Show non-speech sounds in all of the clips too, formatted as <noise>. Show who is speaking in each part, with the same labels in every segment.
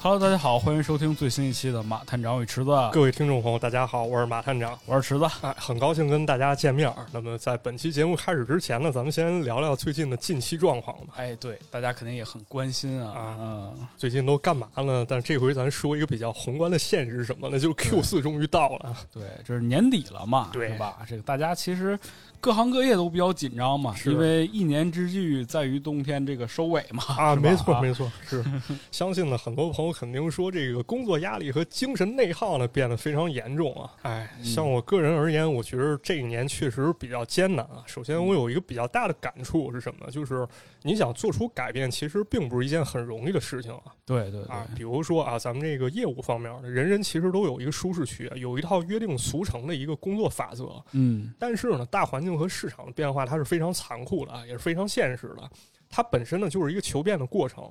Speaker 1: Hello，大家好，欢迎收听最新一期的《马探长与池子》，
Speaker 2: 各位听众朋友，大家好，我是马探长，
Speaker 1: 我是池子。
Speaker 2: 哎，很高兴跟大家见面儿。那么在本期节目开始之前呢，咱们先聊聊最近的近期状况吧。
Speaker 1: 哎，对，大家肯定也很关心啊，
Speaker 2: 啊
Speaker 1: 嗯，
Speaker 2: 最近都干嘛呢？但这回咱说一个比较宏观的现实是什么呢？就是 Q 四终于到了，
Speaker 1: 对，这是年底了嘛，
Speaker 2: 对
Speaker 1: 是吧？这个大家其实各行各业都比较紧张嘛，
Speaker 2: 是
Speaker 1: 因为一年之计在于冬天这个收尾嘛，
Speaker 2: 啊，
Speaker 1: 是吧
Speaker 2: 没错，没错，是。相信呢，很多朋友肯定说这个工作压力和精神内耗呢变得非常严重啊。哎，
Speaker 1: 嗯
Speaker 2: 像我个人而言，我觉得这一年确实比较艰难啊。首先，我有一个比较大的感触是什么呢？就是你想做出改变，其实并不是一件很容易的事情啊。
Speaker 1: 对对对
Speaker 2: 啊，比如说啊，咱们这个业务方面儿，人人其实都有一个舒适区，有一套约定俗成的一个工作法则。
Speaker 1: 嗯，
Speaker 2: 但是呢，大环境和市场的变化它是非常残酷的啊，也是非常现实的。它本身呢就是一个求变的过程。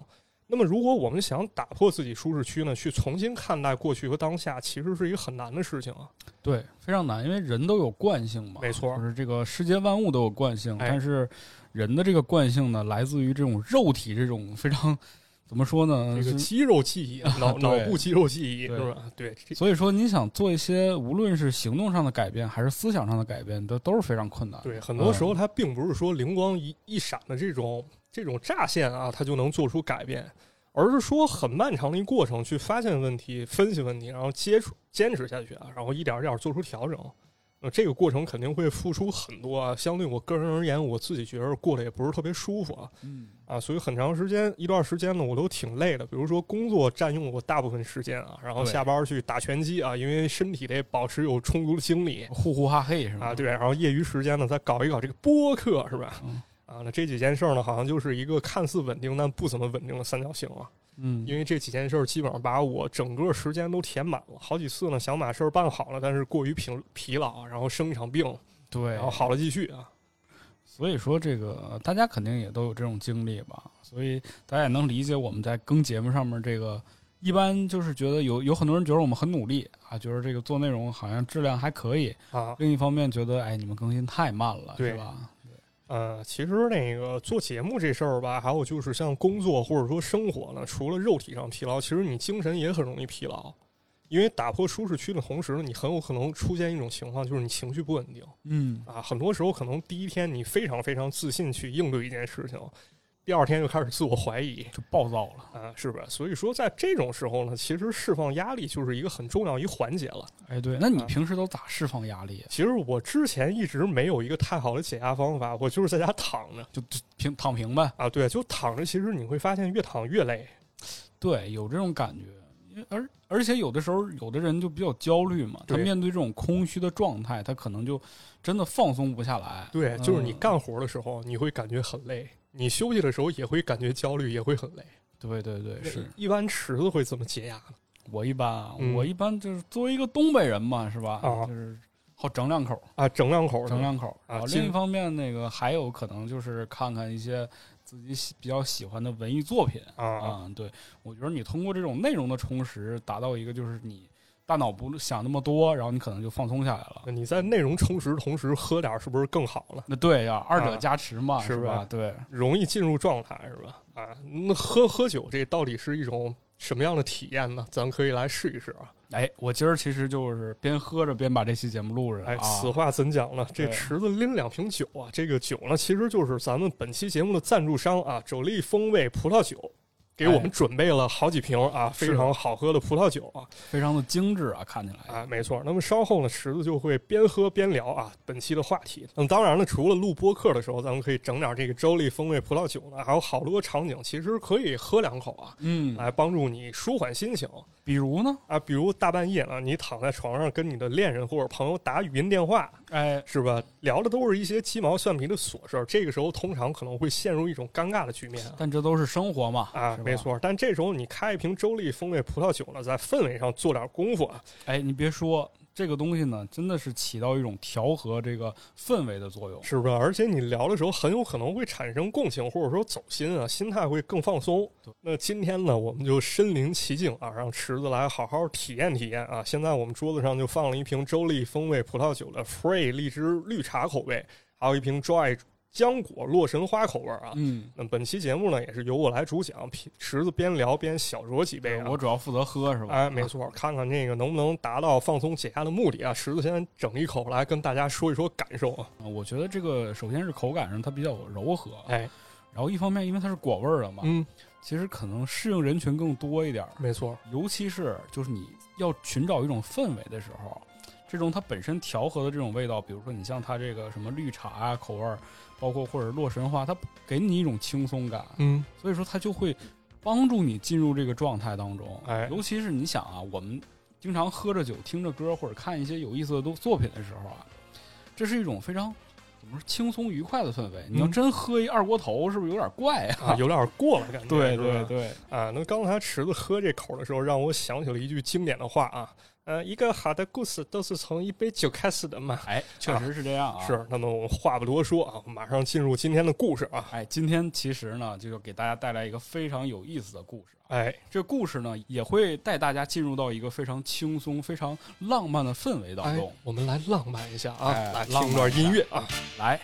Speaker 2: 那么，如果我们想打破自己舒适区呢，去重新看待过去和当下，其实是一个很难的事情啊。
Speaker 1: 嗯对，非常难，因为人都有惯性嘛，
Speaker 2: 没错
Speaker 1: 就是这个世界万物都有惯性，
Speaker 2: 哎
Speaker 1: 但是人的这个惯性呢，来自于这种肉体这种非常怎么说呢？
Speaker 2: 这个
Speaker 1: 是
Speaker 2: 肌肉记忆，啊
Speaker 1: <laughs>
Speaker 2: 脑脑
Speaker 1: 对
Speaker 2: 部肌肉记忆
Speaker 1: 对
Speaker 2: 是吧？对，这
Speaker 1: 所以说，你想做一些无论是行动上的改变，还是思想上的改变，都都是非常困难。
Speaker 2: 对，很多时候它并不是说灵光一一闪的这种这种乍现啊，它就能做出改变，而是说很漫长的一个过程去发现问题、分析问题，然后接触坚持下去啊，然后一点儿一点儿做出调整。呃，这个过程肯定会付出很多啊。相对我个人而言，我自己觉得过得也不是特别舒服啊
Speaker 1: 嗯，
Speaker 2: 啊，所以很长时间一段时间呢，我都挺累的。比如说工作占用我大部分时间啊，然后
Speaker 1: 对
Speaker 2: 下班儿去打拳击啊，因为身体得保持有充足的精力。
Speaker 1: 呼呼哈嘿是吧？
Speaker 2: 啊，对，然后业余时间呢，再搞一搞这个播客，是吧？
Speaker 1: 嗯
Speaker 2: 啊，那这几件事儿呢，好像就是一个看似稳定但不怎么稳定的三角形了、
Speaker 1: 嗯，
Speaker 2: 因为这几件事儿基本上把我整个时间都填满了，好几次呢想把事儿办好了，但是过于疲疲劳，然后生一场病，
Speaker 1: 对
Speaker 2: 然。后好了继续啊。
Speaker 1: 所以说，这个大家肯定也都有这种经历吧，所以大家也能理解我们在更节目上面这个。一般就是觉得有有很多人觉得我们很努力啊，觉得这个做内容好像质量还可以。
Speaker 2: 啊，
Speaker 1: 另一方面觉得，哎，你们更新太慢了，
Speaker 2: 对
Speaker 1: 是吧？
Speaker 2: 呃，其实那个做节目这事儿吧，还有就是像工作或者说生活呢，除了肉体上疲劳，其实你精神也很容易疲劳，因为打破舒适区的同时呢，你很有可能出现一种情况，就是你情绪不稳定。
Speaker 1: 嗯，
Speaker 2: 啊，很多时候可能第一天你非常非常自信去应对一件事情，第二天就开始自我怀疑
Speaker 1: 就暴躁了。
Speaker 2: 啊，是吧？所以说在这种时候呢，其实释放压力就是一个很重要一环节了。
Speaker 1: 哎，对，那你
Speaker 2: 啊
Speaker 1: 平时都咋释放压力？
Speaker 2: 其实我之前一直没有一个太好的解压方法，我就是在家躺着
Speaker 1: 就就平躺平呗。
Speaker 2: 啊，对，就躺着。其实你会发现越躺越累，
Speaker 1: 对，有这种感觉。因为而而且有的时候，有的人就比较焦虑嘛，他
Speaker 2: 对
Speaker 1: 面对这种空虚的状态，他可能就真的放松不下来。
Speaker 2: 对，就是你
Speaker 1: 嗯
Speaker 2: 干活的时候你会感觉很累，你休息的时候也会感觉焦虑，也会很累。
Speaker 1: 对对对，是
Speaker 2: 一般池子会怎么解压呢？
Speaker 1: 我一般啊，
Speaker 2: 嗯
Speaker 1: 我一般就是作为一个东北人嘛，是吧？
Speaker 2: 啊
Speaker 1: 就是好整两口，
Speaker 2: 啊，整两口儿
Speaker 1: 整
Speaker 2: 呢
Speaker 1: 两口。
Speaker 2: 啊
Speaker 1: 然后
Speaker 2: 进
Speaker 1: 另一方面，那个还有可能就是看看一些自己喜比较喜欢的文艺作品
Speaker 2: 啊，
Speaker 1: 啊、对，我觉得你通过这种内容的充实，达到一个就是你大脑不想那么多，然后你可能就放松下来了。
Speaker 2: 那你在内容充实的同时喝点儿，是不是更好了？
Speaker 1: 那对呀、二者
Speaker 2: 啊
Speaker 1: 加持嘛，
Speaker 2: 是
Speaker 1: 吧？
Speaker 2: 吧
Speaker 1: 对，
Speaker 2: 容易进入状态是吧？啊，那喝喝酒这到底是一种什么样的体验呢？咱可以来试一试啊！
Speaker 1: 哎，我今儿其实就是边喝着边把这期节目录着
Speaker 2: 哎，
Speaker 1: 啊，
Speaker 2: 此话怎讲呢？这
Speaker 1: 对
Speaker 2: 池子拎两瓶酒啊，这个酒呢，其实就是咱们本期节目的赞助商啊，肘力风味葡萄酒。给我
Speaker 1: 哎
Speaker 2: 们准备了好几瓶啊，
Speaker 1: 是
Speaker 2: 非常好喝的葡萄酒啊，
Speaker 1: 非常的精致啊，看起来。
Speaker 2: 啊，没错。那么稍后呢，池子就会边喝边聊啊本期的话题。那么当然了，除了录播客的时候，咱们可以整点这个周丽风味葡萄酒呢，还有好多场景其实可以喝两口啊，
Speaker 1: 嗯，
Speaker 2: 来帮助你舒缓心情
Speaker 1: 比如呢，
Speaker 2: 啊。比如大半夜呢，你躺在床上跟你的恋人或者朋友打语音电话，
Speaker 1: 哎，
Speaker 2: 是吧？聊的都是一些鸡毛蒜皮的琐事儿，这个时候通常可能会陷入一种尴尬的局面啊。
Speaker 1: 但这都是生活嘛，
Speaker 2: 啊
Speaker 1: 是，吧
Speaker 2: 没。错。但这时候你开一瓶周丽风味葡萄酒呢，在氛围上做点功夫啊，
Speaker 1: 哎，你别说这个东西呢，真的是起到一种调和这个氛围的作用。
Speaker 2: 是不是？而且你聊的时候很有可能会产生共情，或者说走心啊，心态会更放松
Speaker 1: 对。
Speaker 2: 那今天呢，我们就身临其境啊，让池子来好好体验体验啊。现在我们桌子上就放了一瓶周丽风味葡萄酒的 Free 荔枝绿茶口味，还有一瓶 Dry 浆果洛神花口味儿啊。
Speaker 1: 嗯，
Speaker 2: 那本期节目呢，也是由我来主讲，皮池子边聊边小酌几杯啊。
Speaker 1: 我主啊要负责喝是吧？
Speaker 2: 哎，没错，看看这个能不能达到放松解压的目的啊！池子先整一口来跟大家说一说感受啊！
Speaker 1: 啊，我觉得这个首先是口感上它比较柔和，
Speaker 2: 哎，
Speaker 1: 然后一方面因为它是果味儿的嘛，
Speaker 2: 嗯，
Speaker 1: 其实可能适应人群更多一点儿，
Speaker 2: 没错，
Speaker 1: 尤其是就是你要寻找一种氛围的时候，这种它本身调和的这种味道，比如说你像它这个什么绿茶啊口味儿，包括或者洛神花，它给你一种轻松感，
Speaker 2: 嗯，
Speaker 1: 所以说它就会帮助你进入这个状态当中。
Speaker 2: 哎
Speaker 1: 尤其是你想啊，我们经常喝着酒、听着歌或者看一些有意思的都作品的时候啊，这是一种非常怎么说轻松愉快的氛围。你要
Speaker 2: 嗯
Speaker 1: 真喝一二锅头，是不是有点怪
Speaker 2: 啊，
Speaker 1: 啊？
Speaker 2: 有点过了感觉，
Speaker 1: 对
Speaker 2: 是吧
Speaker 1: <laughs> 对对，
Speaker 2: 啊，那刚才池子喝这口的时候，让我想起了一句经典的话啊，呃，一个好的故事都是从一杯酒开始的嘛。
Speaker 1: 哎，确实是这样啊。。
Speaker 2: 是，那么我们话不多说啊，马上进入今天的故事啊。
Speaker 1: 哎，今天其实呢，就给大家带来一个非常有意思的故事。啊
Speaker 2: 哎，
Speaker 1: 这故事呢，也会带大家进入到一个非常轻松、非常浪漫的氛围当
Speaker 2: 哎
Speaker 1: 中。，
Speaker 2: 我们来浪漫一下啊，
Speaker 1: 哎
Speaker 2: 来
Speaker 1: 浪漫
Speaker 2: 听段
Speaker 1: 一下
Speaker 2: 音乐啊。
Speaker 1: 来，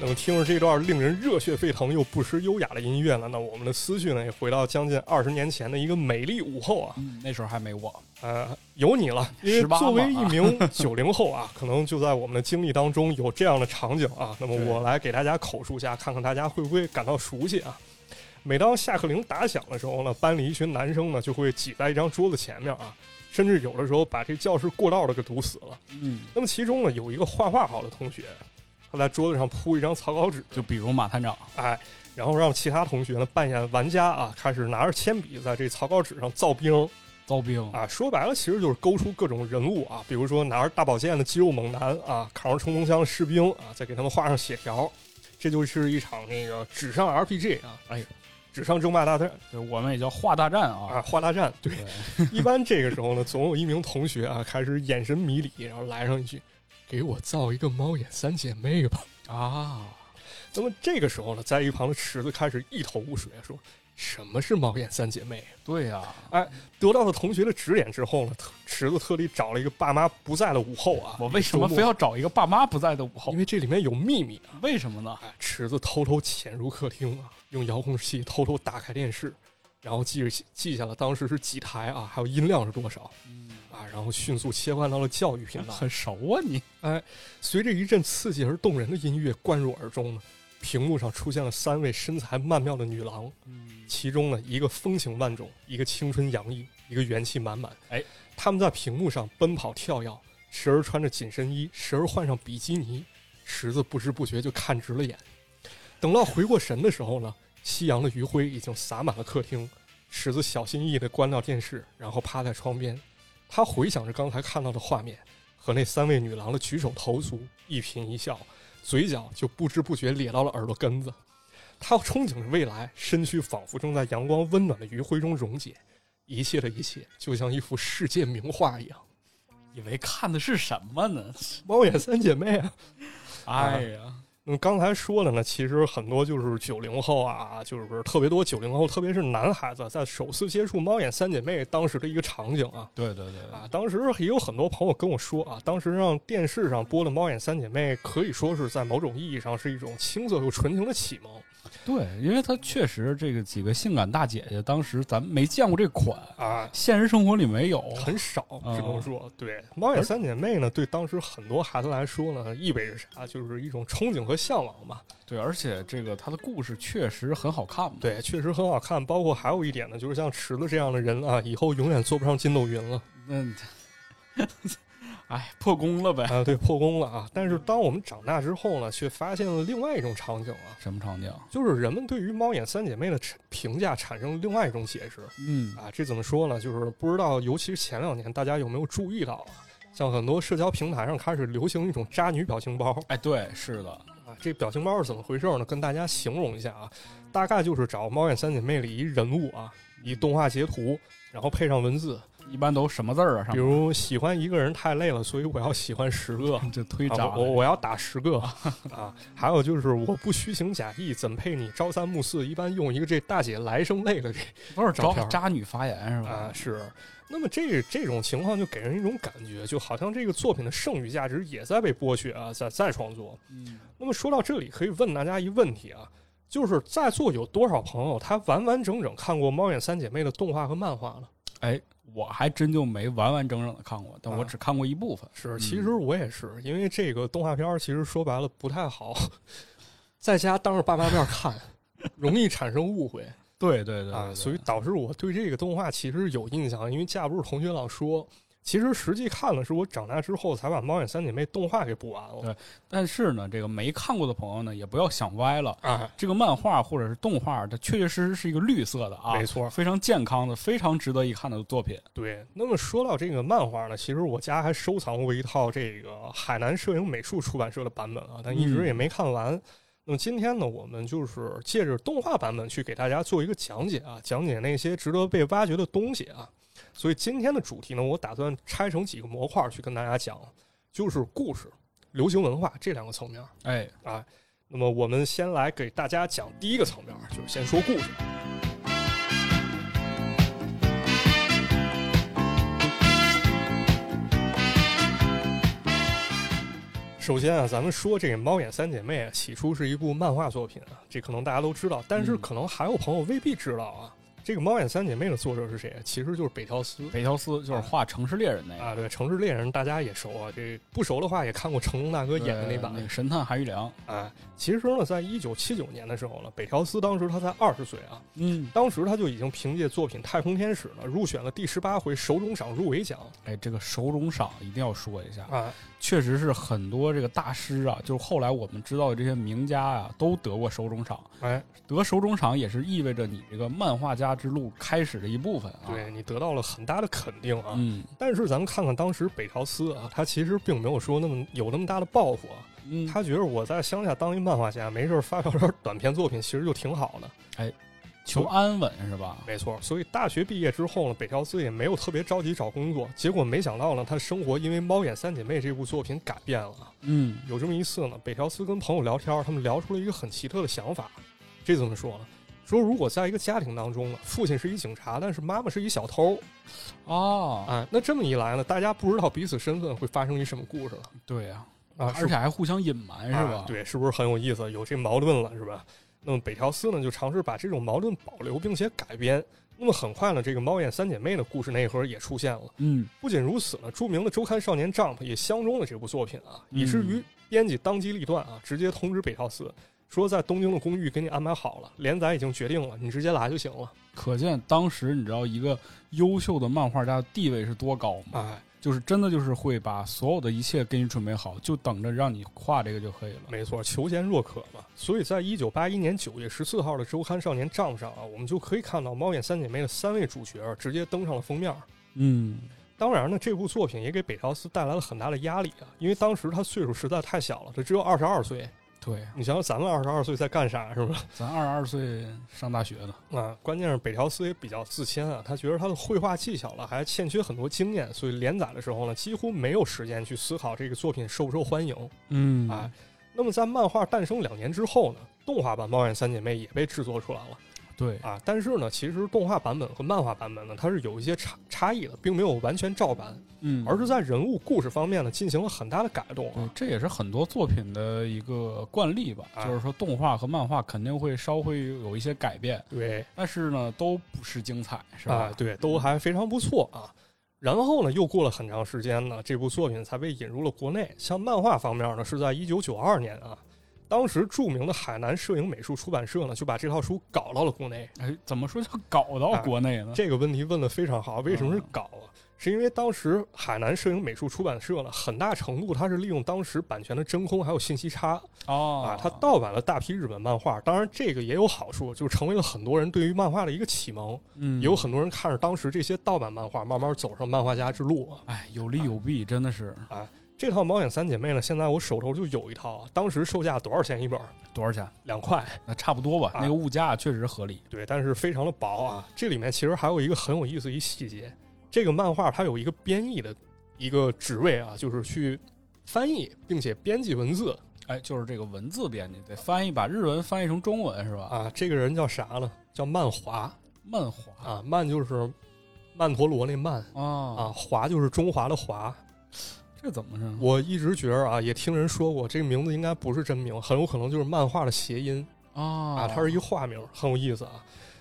Speaker 2: 那么听着这段令人热血沸腾又不失优雅的音乐呢，那我们的思绪呢也回到将近二十年前的一个美丽午后啊，
Speaker 1: 嗯，那时候还没我。
Speaker 2: 呃，有你了，因为
Speaker 1: 18
Speaker 2: 作为
Speaker 1: 嘛
Speaker 2: 一
Speaker 1: 啊
Speaker 2: <laughs> 名九零后啊，可能就在我们的经历当中有这样的场景啊，那么
Speaker 1: 对
Speaker 2: 我来给大家口述一下，看看大家会不会感到熟悉啊。每当下课铃打响的时候呢，班里一群男生呢就会挤在一张桌子前面啊，甚至有的时候把这教室过道都给堵死了。
Speaker 1: 嗯，
Speaker 2: 那么其中呢有一个画画好的同学，他在桌子上铺一张草稿纸，
Speaker 1: 就比如马探长，
Speaker 2: 哎，然后让其他同学呢扮演玩家啊，开始拿着铅笔在这草稿纸上造兵
Speaker 1: 遭兵，
Speaker 2: 啊。说白了，其实就是勾出各种人物啊，比如说拿着大宝剑的肌肉猛男啊，扛着冲锋枪的士兵啊，再给他们画上血条。这就是一场那个纸上 RPG 啊，
Speaker 1: 哎，
Speaker 2: 纸上争霸大战
Speaker 1: 对，我们也叫画大战啊。
Speaker 2: 啊，画大战。对，
Speaker 1: 对，
Speaker 2: 一般这个时候呢， <laughs> 总有一名同学啊开始眼神迷离，然后来上一句：“给我造一个猫眼三姐妹吧。” <laughs>
Speaker 1: 啊，
Speaker 2: 那么这个时候呢，在一旁的池子开始一头雾水，说什么是猫眼三姐妹？啊
Speaker 1: 对呀、
Speaker 2: 得到了同学的指点之后呢，特池子特地找了一个爸妈不在的午后啊，
Speaker 1: 我为什么
Speaker 2: 周末
Speaker 1: 非要找一个爸妈不在的午后
Speaker 2: 因？为这里面有秘密啊。
Speaker 1: 为什么呢？
Speaker 2: 哎池子偷偷潜入客厅啊，用遥控器偷偷打开电视，然后记记下了当时是几台啊，还有音量是多少
Speaker 1: 嗯，
Speaker 2: 啊，然后迅速切换到了教育频道。
Speaker 1: 很熟啊你，
Speaker 2: 随着一阵刺激而动人的音乐灌入耳中呢，屏幕上出现了三位身材曼妙的女郎。
Speaker 1: 嗯
Speaker 2: 其中呢，一个风情万种，一个青春洋溢，一个元气满满。
Speaker 1: 哎，
Speaker 2: 他们在屏幕上奔跑跳跃，时而穿着紧身衣，时而换上比基尼，池子不知不觉就看直了眼。等到回过神的时候呢，夕阳的余晖已经洒满了客厅。池子小心翼翼地关掉电视，然后趴在窗边，他回想着刚才看到的画面和那三位女郎的举手投足、一颦一笑，嘴角就不知不觉咧到了耳朵根子。他憧憬着未来，身躯仿佛正在阳光温暖的余晖中溶解，一切的一切就像一幅世界名画一样。
Speaker 1: 以为看的是什么呢？
Speaker 2: 猫眼三姐妹啊，
Speaker 1: 哎呀，
Speaker 2: 嗯，刚才说了呢，其实很多就是九零后啊，就是特别多九零后，特别是男孩子，在首次接触猫眼三姐妹当时的一个场景啊。
Speaker 1: 对对对对
Speaker 2: 啊，当时也有很多朋友跟我说啊，当时让电视上播的《猫眼三姐妹》，可以说是在某种意义上是一种青涩又纯情的启蒙
Speaker 1: 对，因为它确实这个几个性感大姐姐，当时咱们没见过这款，
Speaker 2: 啊，
Speaker 1: 现实生活里没有。
Speaker 2: 很少，
Speaker 1: 嗯
Speaker 2: 只能说、对《哦猫眼三姐妹》呢，对当时很多孩子来说呢，意味着啥？就是一种憧憬和向往嘛。
Speaker 1: 对，而且这个它的故事确实很好看嘛。
Speaker 2: 对，确实很好看。包括还有一点呢，就是像池子这样的人啊，以后永远坐不上筋斗云 <laughs> 了
Speaker 1: 那， <laughs> 哎，破功了呗。
Speaker 2: 啊，对，破功了啊。但是当我们长大之后呢，却发现了另外一种场景啊，
Speaker 1: 什么场景？
Speaker 2: 就是人们对于《猫眼三姐妹》的产评价产生另外一种解释。
Speaker 1: 嗯
Speaker 2: 啊，这怎么说呢？就是不知道，尤其是前两年，大家有没有注意到啊？像很多社交平台上开始流行一种渣女表情包，
Speaker 1: 哎，对，是的，
Speaker 2: 啊，这表情包是怎么回事呢？跟大家形容一下啊，大概就是找《猫眼三姐妹》里一人物啊，以动画截图，然后配上文字，
Speaker 1: 一般都什么字儿啊？上
Speaker 2: 比
Speaker 1: 面
Speaker 2: 如喜欢一个人太累了，所以我要喜欢十 <laughs> 个。
Speaker 1: 就推
Speaker 2: 啊
Speaker 1: 闸、
Speaker 2: 我我我要打十个啊！还有就是，我不虚情假意，怎配你朝三暮四？一般用一个这大姐来生累了这
Speaker 1: 都是
Speaker 2: 照片
Speaker 1: 渣
Speaker 2: 儿
Speaker 1: 渣女发言是吧？
Speaker 2: 啊是。那么这这种情况就给人一种感觉，就好像这个作品的剩余价值也在被剥削啊，在在创作。
Speaker 1: 嗯，
Speaker 2: 那么说到这里，可以问大家一问题啊，就是在座有多少朋友他完完整整看过《猫眼三姐妹》的动画和漫画呢？
Speaker 1: 哎，我还真就没完完整整的看过，但
Speaker 2: 啊
Speaker 1: 我只看过一部分。
Speaker 2: 是，
Speaker 1: 嗯
Speaker 2: 其实我也是，因为这个动画片儿其实说白了不太好， <laughs> 在家当着爸妈面儿看，容易产生误会
Speaker 1: 对 <laughs> 对对
Speaker 2: 啊，
Speaker 1: 对
Speaker 2: 所以导致我对这个动画其实有印象，因为架不住同学老说。其实实际看了，是我长大之后才把《猫眼三姐妹》动画给补完了。
Speaker 1: 但是呢，这个没看过的朋友呢，也不要想歪了。
Speaker 2: 啊，
Speaker 1: 这个漫画或者是动画，它确确实实是一个绿色的啊，
Speaker 2: 没错
Speaker 1: 非常健康的，非常值得一看的作品。
Speaker 2: 对。那么说到这个漫画呢，其实我家还收藏过一套这个海南摄影美术出版社的版本啊，但一直
Speaker 1: 嗯
Speaker 2: 也没看完。那么今天呢，我们就是借着动画版本去给大家做一个讲解啊，讲解那些值得被挖掘的东西啊。所以今天的主题呢，我打算拆成几个模块儿去跟大家讲，就是故事、流行文化这两个层面。
Speaker 1: 哎，
Speaker 2: 啊。那么我们先来给大家讲第一个层面，就是先说故事。首先啊，咱们说这个《猫眼三姐妹》啊，起初是一部漫画作品啊，这可能大家都知道，但是
Speaker 1: 嗯
Speaker 2: 可能还有朋友未必知道啊。这个《猫眼三姐妹》的作者是谁？啊其实就是北条司
Speaker 1: 北条司就是画《城市猎人》那个，
Speaker 2: 啊。对，《城市猎人》大家也熟啊，这不熟的话也看过成龙大哥演的那
Speaker 1: 那
Speaker 2: 版。
Speaker 1: 个神探韩玉良。
Speaker 2: 哎，其实呢，在一九七九年的时候呢，北条司当时他才二十岁啊，
Speaker 1: 嗯，
Speaker 2: 当时他就已经凭借作品《太空天使》呢，入选了第十八回手冢赏入围奖
Speaker 1: 哎，这个手冢赏一定要说一下，
Speaker 2: 啊。
Speaker 1: 确实是很多这个大师啊，就是后来我们知道的这些名家啊，都得过手冢赏。
Speaker 2: 哎，
Speaker 1: 得手冢赏也是意味着你这个漫画家之路开始的一部分啊。
Speaker 2: 对你得到了很大的肯定啊。
Speaker 1: 嗯
Speaker 2: 但是咱们看看当时北条司啊，他其实并没有说那么有那么大的抱负啊，
Speaker 1: 嗯，
Speaker 2: 他觉得我在乡下当一漫画家，没事儿发表点儿 <laughs> 短篇作品，其实就挺好的。
Speaker 1: 求安稳是吧？
Speaker 2: 没错，所以大学毕业之后呢，北条司也没有特别着急找工作，结果没想到呢，他生活因为《猫眼三姐妹》这部作品改变了啊。
Speaker 1: 嗯，
Speaker 2: 有这么一次呢，北条司跟朋友聊天儿，他们聊出了一个很奇特的想法。这怎么说呢？说如果在一个家庭当中呢，父亲是一警察，但是妈妈是一小偷，
Speaker 1: 哦，
Speaker 2: 哎，那这么一来呢，大家不知道彼此身份会发生一什么故事了
Speaker 1: 对呀、
Speaker 2: 啊？
Speaker 1: 而且还互相隐瞒
Speaker 2: 是
Speaker 1: 是吧？
Speaker 2: 啊？，对，是不是很有意思？有这矛盾了，是吧？那么北条司呢，就尝试把这种矛盾保留并且改编。那么很快呢，这个猫眼三姐妹的故事内核也出现了。
Speaker 1: 嗯，
Speaker 2: 不仅如此呢，著名的周刊少年 Jump 也相中了这部作品啊，以至于编辑当机立断啊，直接通知北条司说，在东京的公寓给你安排好了，连载已经决定了，你直接来就行了。
Speaker 1: 可见当时你知道一个优秀的漫画家地位是多高吗？
Speaker 2: 哎，
Speaker 1: 就是真的就是会把所有的一切给你准备好，就等着让你画这个就可以了。
Speaker 2: 没错，求贤若渴嘛。所以在一九八一年九月十四号的周刊少年 Jump 上啊，我们就可以看到猫眼三姐妹的三位主角直接登上了封面。
Speaker 1: 嗯，
Speaker 2: 当然呢，这部作品也给北条司带来了很大的压力啊，因为当时他岁数实在太小了，他只有二十二岁。
Speaker 1: 对，
Speaker 2: 你想想，咱们二十二岁在干啥，是吧？
Speaker 1: 咱二十二岁上大学呢，
Speaker 2: 啊，关键是北条司也比较自谦啊，他觉得他的绘画技巧了还欠缺很多经验，所以连载的时候呢，几乎没有时间去思考这个作品受不受欢迎。
Speaker 1: 嗯
Speaker 2: 哎那么在漫画诞生两年之后呢，动画版《猫眼三姐妹》也被制作出来了
Speaker 1: 对，
Speaker 2: 啊，但是呢，其实动画版本和漫画版本呢，它是有一些差差异的，并没有完全照搬，
Speaker 1: 嗯，
Speaker 2: 而是在人物故事方面呢进行了很大的改动
Speaker 1: 对
Speaker 2: 啊，。
Speaker 1: 这也是很多作品的一个惯例吧，
Speaker 2: 啊
Speaker 1: 就是说动画和漫画肯定会稍微有一些改变，
Speaker 2: 对，
Speaker 1: 但是呢都不是精彩，是吧？
Speaker 2: 啊，对，都还非常不错啊。然后呢，又过了很长时间呢，这部作品才被引入了国内。像漫画方面呢，是在一九九二年啊，当时著名的海南摄影美术出版社呢，就把这套书搞到了国内。
Speaker 1: 哎，怎么说叫搞
Speaker 2: 哎
Speaker 1: 到国内呢？
Speaker 2: 这个问题问得非常好，为什么是
Speaker 1: 嗯
Speaker 2: 搞啊？是因为当时海南摄影美术出版社呢，很大程度它是利用当时版权的真空还有信息差
Speaker 1: 哦
Speaker 2: 啊，它盗版了大批日本漫画。当然，这个也有好处，就成为了很多人对于漫画的一个启蒙。
Speaker 1: 嗯
Speaker 2: 也有很多人看着当时这些盗版漫画慢慢走上漫画家之路啊。
Speaker 1: 哎，有利有弊，真的是
Speaker 2: 这套《猫眼三姐妹》呢，现在我手头就有一套，当时售价多少钱一本儿？
Speaker 1: 多少钱？啊
Speaker 2: 两 <laughs> 块，
Speaker 1: 那差不多吧，
Speaker 2: 啊
Speaker 1: 那个物价确实合理。
Speaker 2: 对，但是非常的薄啊。这里面其实还有一个很有意思一细节，这个漫画它有一个编译的一个职位啊，就是去翻译并且编辑文字
Speaker 1: 哎，就是这个文字编辑得翻译，把日文翻译成中文是吧？
Speaker 2: 啊。这个人叫啥呢？叫漫华
Speaker 1: 漫画
Speaker 2: 啊，曼就是曼陀罗那曼啊，
Speaker 1: 啊，
Speaker 2: 华就是中华的华。
Speaker 1: 这怎么着？
Speaker 2: 我一直觉着啊，也听人说过，这个名字应该不是真名，很有可能就是漫画的谐音
Speaker 1: 啊
Speaker 2: 啊，它是一个化名，很有意思啊。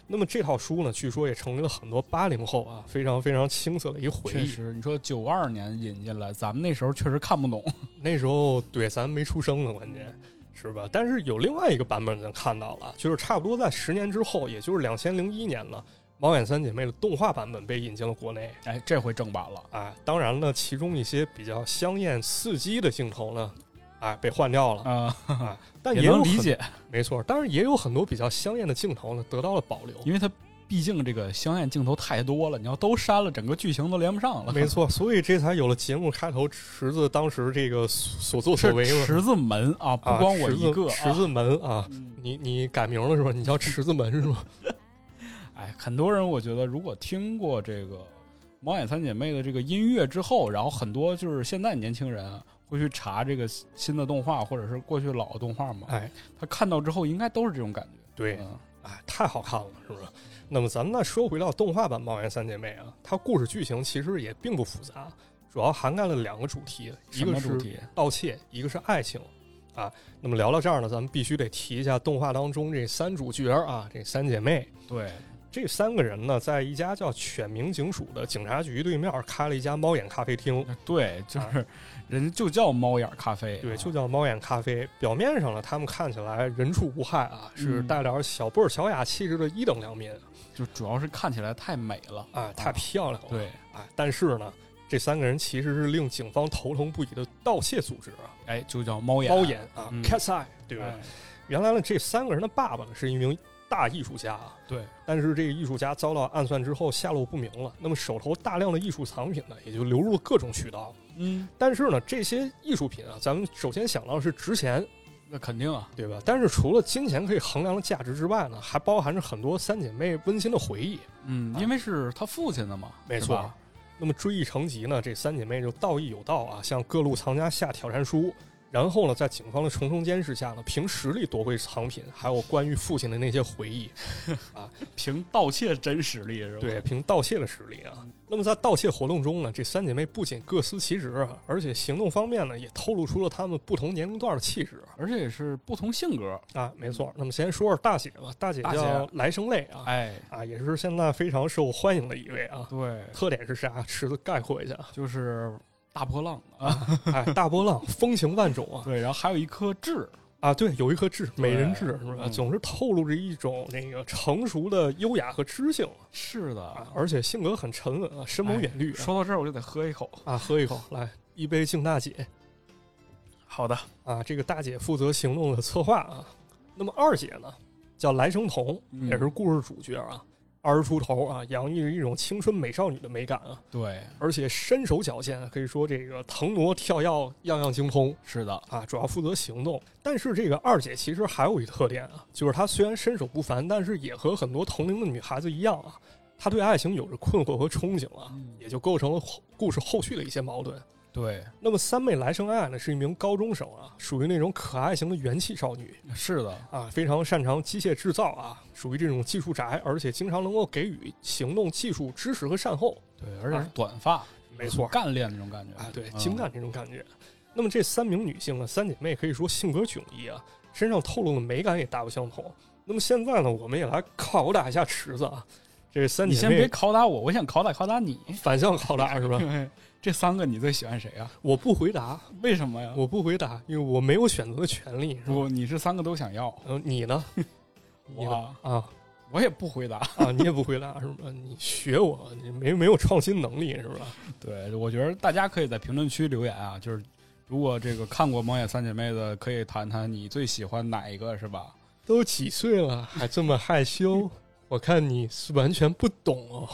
Speaker 2: 那么这套书呢，据说也成为了很多八零后啊非常非常青涩的一个回
Speaker 1: 确
Speaker 2: 忆。
Speaker 1: 实，你说九二年引进来，咱们那时候确实看不懂。
Speaker 2: 那时候对咱没出生呢，关键是吧？但是有另外一个版本咱看到了，就是差不多在十年之后，也就是两千零一年了，《猫眼三姐妹》的动画版本被引进了国内。
Speaker 1: 哎，这回正版了。
Speaker 2: 啊，当然了，其中一些比较香艳刺激的镜头呢，啊，被换掉了，
Speaker 1: 啊、
Speaker 2: 但
Speaker 1: 也
Speaker 2: 有
Speaker 1: 能
Speaker 2: 很
Speaker 1: 理，解，
Speaker 2: 没错。但是也有很多比较香艳的镜头呢，得到了保留。
Speaker 1: 因为它毕竟这个香艳镜头太多了，你要都删了，整个剧情都连不上了。
Speaker 2: 没错，所以这才有了节目开头池子当时这个所作所为
Speaker 1: 是
Speaker 2: 嘛。
Speaker 1: 池子门啊，不
Speaker 2: 啊，
Speaker 1: 光我
Speaker 2: 池
Speaker 1: 一
Speaker 2: 子
Speaker 1: 个。
Speaker 2: 池
Speaker 1: 啊
Speaker 2: 子门啊，
Speaker 1: 嗯
Speaker 2: 你你改名了是吧？你叫池子门是吧？
Speaker 1: 哎，很多人我觉得，如果听过这个《猫眼三姐妹》的这个音乐之后，然后很多就是现在年轻人啊会去查这个新的动画，或者是过去老的动画嘛，
Speaker 2: 哎，
Speaker 1: 他看到之后应该都是这种感觉。
Speaker 2: 对，
Speaker 1: 嗯
Speaker 2: 哎，太好看了，是不是？那么咱们再说回到动画版《猫眼三姐妹》啊，它故事剧情其实也并不复杂，主要涵盖了两个主题，一
Speaker 1: 什么
Speaker 2: 个
Speaker 1: 主
Speaker 2: 是
Speaker 1: 题？
Speaker 2: 盗窃，一个是爱情啊。那么聊到这儿呢，咱们必须得提一下动画当中这三主角啊，这三姐妹。
Speaker 1: 对，
Speaker 2: 这三个人呢，在一家叫犬鸣警署的警察局对面开了一家猫眼咖啡厅，
Speaker 1: 对，就是人家就叫猫眼咖啡，
Speaker 2: 对，
Speaker 1: 啊
Speaker 2: 就叫猫眼咖啡。表面上呢，他们看起来人畜无害啊，是
Speaker 1: 嗯
Speaker 2: 带点小布尔小雅气质的一等良民
Speaker 1: 就主要是看起来太美了。
Speaker 2: 啊，太漂亮了。
Speaker 1: 对，
Speaker 2: 啊，但是呢，这三个人其实是令警方头疼不已的盗窃组织啊，
Speaker 1: 哎，就叫猫眼
Speaker 2: 猫眼啊、
Speaker 1: 嗯
Speaker 2: c a t s Eye，对吧？
Speaker 1: 哎
Speaker 2: 原来呢，这三个人的爸爸呢是一名大艺术家啊，
Speaker 1: 对，
Speaker 2: 但是这个艺术家遭到暗算之后下落不明了，那么手头大量的艺术藏品呢也就流入了各种渠道。
Speaker 1: 嗯，
Speaker 2: 但是呢，这些艺术品啊，咱们首先想到的是值钱，
Speaker 1: 那肯定啊，
Speaker 2: 对吧？但是除了金钱可以衡量的价值之外呢，还包含着很多三姐妹温馨的回忆。
Speaker 1: 嗯，因为是他父亲的嘛，
Speaker 2: 啊没
Speaker 1: 是
Speaker 2: 错
Speaker 1: 吧
Speaker 2: 那么追忆成疾呢，这三姐妹就道义有道啊，向各路藏家下挑战书，然后呢，在警方的重重监视下呢，凭实力夺回藏品，还有关于父亲的那些回忆。
Speaker 1: 凭盗窃真实力是吧？
Speaker 2: 对，，凭盗窃的实力啊。那么在盗窃活动中呢，这三姐妹不仅各司其职啊，而且行动方面呢，也透露出了她们不同年龄段的气质
Speaker 1: 而且也是不同性格，
Speaker 2: 啊。没错。那么先说说大姐吧，大姐
Speaker 1: 大姐
Speaker 2: 叫来生泪啊，
Speaker 1: 哎，
Speaker 2: 啊，也是现在非常受欢迎的一位啊。
Speaker 1: 对，
Speaker 2: 特点是啥？池子概括一下。
Speaker 1: 就是大波浪啊，
Speaker 2: 啊哎，大波浪，风情万种啊。
Speaker 1: 对，然后还有一颗痣，
Speaker 2: 啊，对，有一颗痣，美人痣是吧？
Speaker 1: 嗯
Speaker 2: 总是透露着一种那个成熟的优雅和知性
Speaker 1: 是
Speaker 2: 啊
Speaker 1: 的，，
Speaker 2: 而且性格很沉稳啊，深谋远虑啊。
Speaker 1: 哎说到这儿我就得喝一口，
Speaker 2: 啊，喝一口，来一杯敬大姐
Speaker 1: 好的，
Speaker 2: 啊！这个大姐负责行动的策划啊。那么二姐呢，叫来生童，
Speaker 1: 嗯
Speaker 2: 也是故事主角啊。二十出头啊，洋溢着一种青春美少女的美感啊，
Speaker 1: 对，
Speaker 2: 而且身手矫健，啊可以说这个腾挪跳跃样样精通。
Speaker 1: 是的，
Speaker 2: 啊，主要负责行动。但是这个二姐其实还有一个特点啊，就是她虽然身手不凡，但是也和很多同龄的女孩子一样啊，她对爱情有着困惑和憧憬啊，
Speaker 1: 嗯
Speaker 2: 也就构成了后故事后续的一些矛盾。
Speaker 1: 对，
Speaker 2: 那么三妹来生爱呢，是一名高中生啊，属于那种可爱型的元气少女
Speaker 1: 是的，
Speaker 2: 啊，非常擅长机械制造啊，属于这种技术宅，而且经常能够给予行动技术支持和善后。
Speaker 1: 对，而且是
Speaker 2: 啊
Speaker 1: 短发，
Speaker 2: 没错，
Speaker 1: 干练那种感觉
Speaker 2: 啊，对，
Speaker 1: 嗯
Speaker 2: 精干这种感觉。那么这三名女性呢，啊三姐妹可以说性格迥异啊，身上透露的美感也大不相同。那么现在呢，我们也来拷打一下池子啊，这三
Speaker 1: 你
Speaker 2: 姐
Speaker 1: 先别
Speaker 2: 妹
Speaker 1: 拷打我，我想拷打拷打你。
Speaker 2: <laughs> 反向拷打
Speaker 1: <laughs>
Speaker 2: 是吧？
Speaker 1: 这三个你最喜欢谁啊？
Speaker 2: 我不回答，
Speaker 1: 为什么呀？
Speaker 2: 我不回答，因为我没有选择的权利，是吧？
Speaker 1: 不，你是三个都想要，
Speaker 2: 嗯、你呢？你呢
Speaker 1: 我
Speaker 2: 啊
Speaker 1: 我也不回答。
Speaker 2: <laughs> 啊，你也不回答是吧？你学我，你没没有创新能力是吧？
Speaker 1: 对，我觉得大家可以在评论区留言啊，就是如果这个看过《猫眼三姐妹》的，可以谈谈你最喜欢哪一个，是吧？
Speaker 2: 都几岁 <laughs> 了还这么害羞，我看你是完全不懂哦。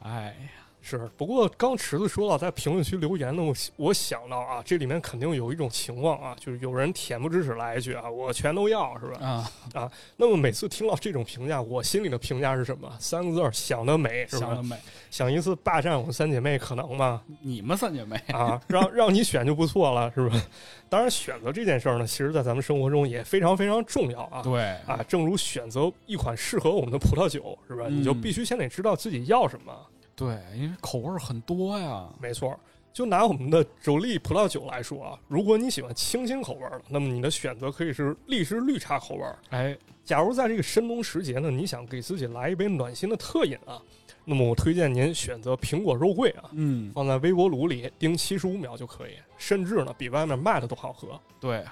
Speaker 1: 哎呀，
Speaker 2: 是，不过刚池子说到在评论区留言呢，我我想到啊，这里面肯定有一种情况啊，就是有人恬不知耻来一句啊，我全都要，是吧？
Speaker 1: 啊，
Speaker 2: 那么每次听到这种评价，我心里的评价是什么？三个字儿：想得美，是
Speaker 1: 想
Speaker 2: 吧
Speaker 1: 得？美，
Speaker 2: 想一次霸占我们三姐妹，可能 <laughs> 吗？
Speaker 1: 你们三姐妹
Speaker 2: 啊，让让你选就不错了，是吧？当然，选择这件事儿呢，其实在咱们生活中也非常非常重要啊。
Speaker 1: 对
Speaker 2: 啊，正如选择一款适合我们的葡萄酒，是吧？
Speaker 1: 嗯
Speaker 2: 你就必须先得知道自己要什么。
Speaker 1: 对，因为口味儿很多呀，
Speaker 2: 没错儿，就拿我们的肘力葡萄酒来说啊，如果你喜欢清新口味儿的，那么你的选择可以是荔枝绿茶口味儿。
Speaker 1: 哎，
Speaker 2: 假如在这个深冬时节呢，你想给自己来一杯暖心的特饮啊，那么我推荐您选择苹果肉桂啊，
Speaker 1: 嗯，
Speaker 2: 放在微波炉里叮七十五秒就可以，甚至呢比外面卖的都好喝。
Speaker 1: 对，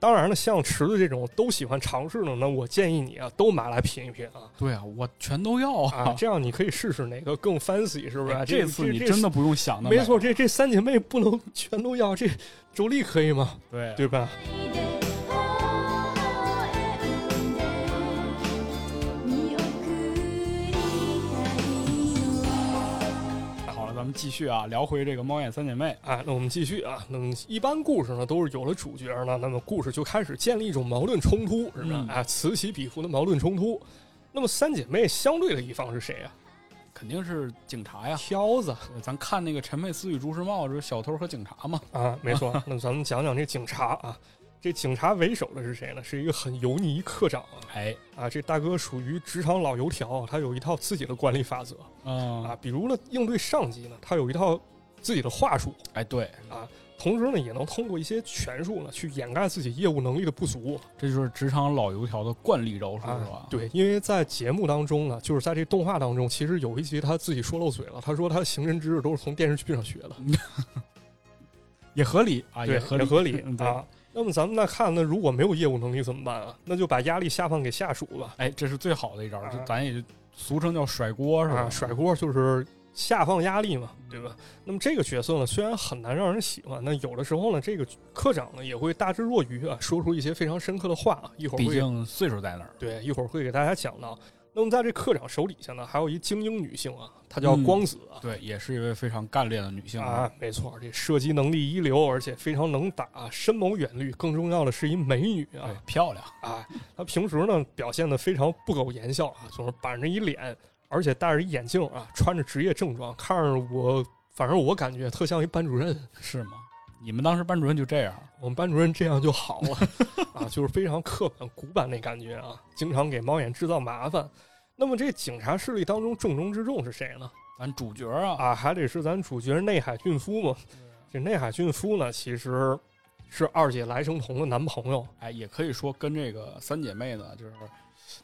Speaker 2: 当然了，像池子这种都喜欢尝试的呢，我建议你啊都买来品一品啊。
Speaker 1: 对啊，我全都要
Speaker 2: 啊
Speaker 1: 啊，。
Speaker 2: 这样你可以试试哪个更 fancy，是不是？
Speaker 1: 哎
Speaker 2: 这
Speaker 1: 这
Speaker 2: 个
Speaker 1: 次你
Speaker 2: 这
Speaker 1: 真的不用想那么
Speaker 2: 没错，，这这三姐妹不能全都要， <laughs> 这周丽可以吗？
Speaker 1: 对
Speaker 2: 对吧？
Speaker 3: 「見送りたいよ」
Speaker 1: 好了，咱们继续啊，聊回这个猫眼三姐妹。
Speaker 2: 啊，那我们继续啊。那么一般故事呢，都是有了主角呢，那么故事就开始建立一种矛盾冲突，是不是？
Speaker 1: 嗯
Speaker 2: 啊，此起彼伏的矛盾冲突。那么三姐妹相对的一方是谁啊？
Speaker 1: 肯定是警察呀！
Speaker 2: 挑子
Speaker 1: 咱看那个《陈佩斯与朱时茂》，就是小偷和警察嘛。
Speaker 2: 啊，没错。 <laughs> 那么咱们讲讲这警察啊，这警察为首的是谁呢？是一个很油腻科长啊
Speaker 1: 哎，
Speaker 2: 啊，这大哥属于职场老油条，他有一套自己的管理法则啊
Speaker 1: 嗯，。
Speaker 2: 比如呢，应对上级呢，他有一套自己的话术。
Speaker 1: 哎，对，
Speaker 2: 同时呢，也能通过一些权术呢，去掩盖自己业务能力的不足
Speaker 1: 这就是职场老油条的惯例招数，是
Speaker 2: 啊
Speaker 1: 吧。？，
Speaker 2: 对，因为在节目当中呢，就是在这动画当中，其实有一集他自己说漏嘴了，他说他的刑侦知识都是从电视剧上学的，
Speaker 1: <laughs> 也合理啊，
Speaker 2: 对，
Speaker 1: 合
Speaker 2: 也
Speaker 1: 理，
Speaker 2: 合理
Speaker 1: 嗯对
Speaker 2: 啊。那么咱们再看，那如果没有业务能力怎么办啊？那就把压力下放给下属吧，
Speaker 1: 哎，这是最好的一招，
Speaker 2: 啊
Speaker 1: 这咱也就俗称叫甩锅，是吧？
Speaker 2: 啊，甩锅就是下放压力嘛，对吧？那么这个角色呢，虽然很难让人喜欢，那有的时候呢，这个科长呢也会大智若愚啊，说出一些非常深刻的话，啊一会儿
Speaker 1: 毕
Speaker 2: 会
Speaker 1: 竟岁数在那儿。
Speaker 2: 对，一会儿会给大家讲到。那么在这科长手底下呢，还有一精英女性啊，她叫
Speaker 1: 嗯
Speaker 2: 光子啊，
Speaker 1: 对，也是一位非常干练的女性
Speaker 2: 啊，没错，这射击能力一流，而且非常能打，深谋远虑。更重要的是一美女啊
Speaker 1: 对，漂亮，
Speaker 2: 啊，她平时呢表现的非常不苟言笑啊，总是板着一脸，而且戴着一眼镜啊，穿着职业正装，看着我，反正我感觉特像一班主任。
Speaker 1: 是吗？你们当时班主任就这样？
Speaker 2: 我们班主任这样就好了 <laughs> 啊，就是非常刻板古板那感觉啊，经常给猫眼制造麻烦。那么这警察势力当中重中之重是谁呢？
Speaker 1: 咱主角啊，
Speaker 2: 啊，还得是咱主角内海俊夫嘛。这内海俊夫呢，其实是二姐来生童的男朋友。
Speaker 1: 哎，也可以说跟这个三姐妹呢，就是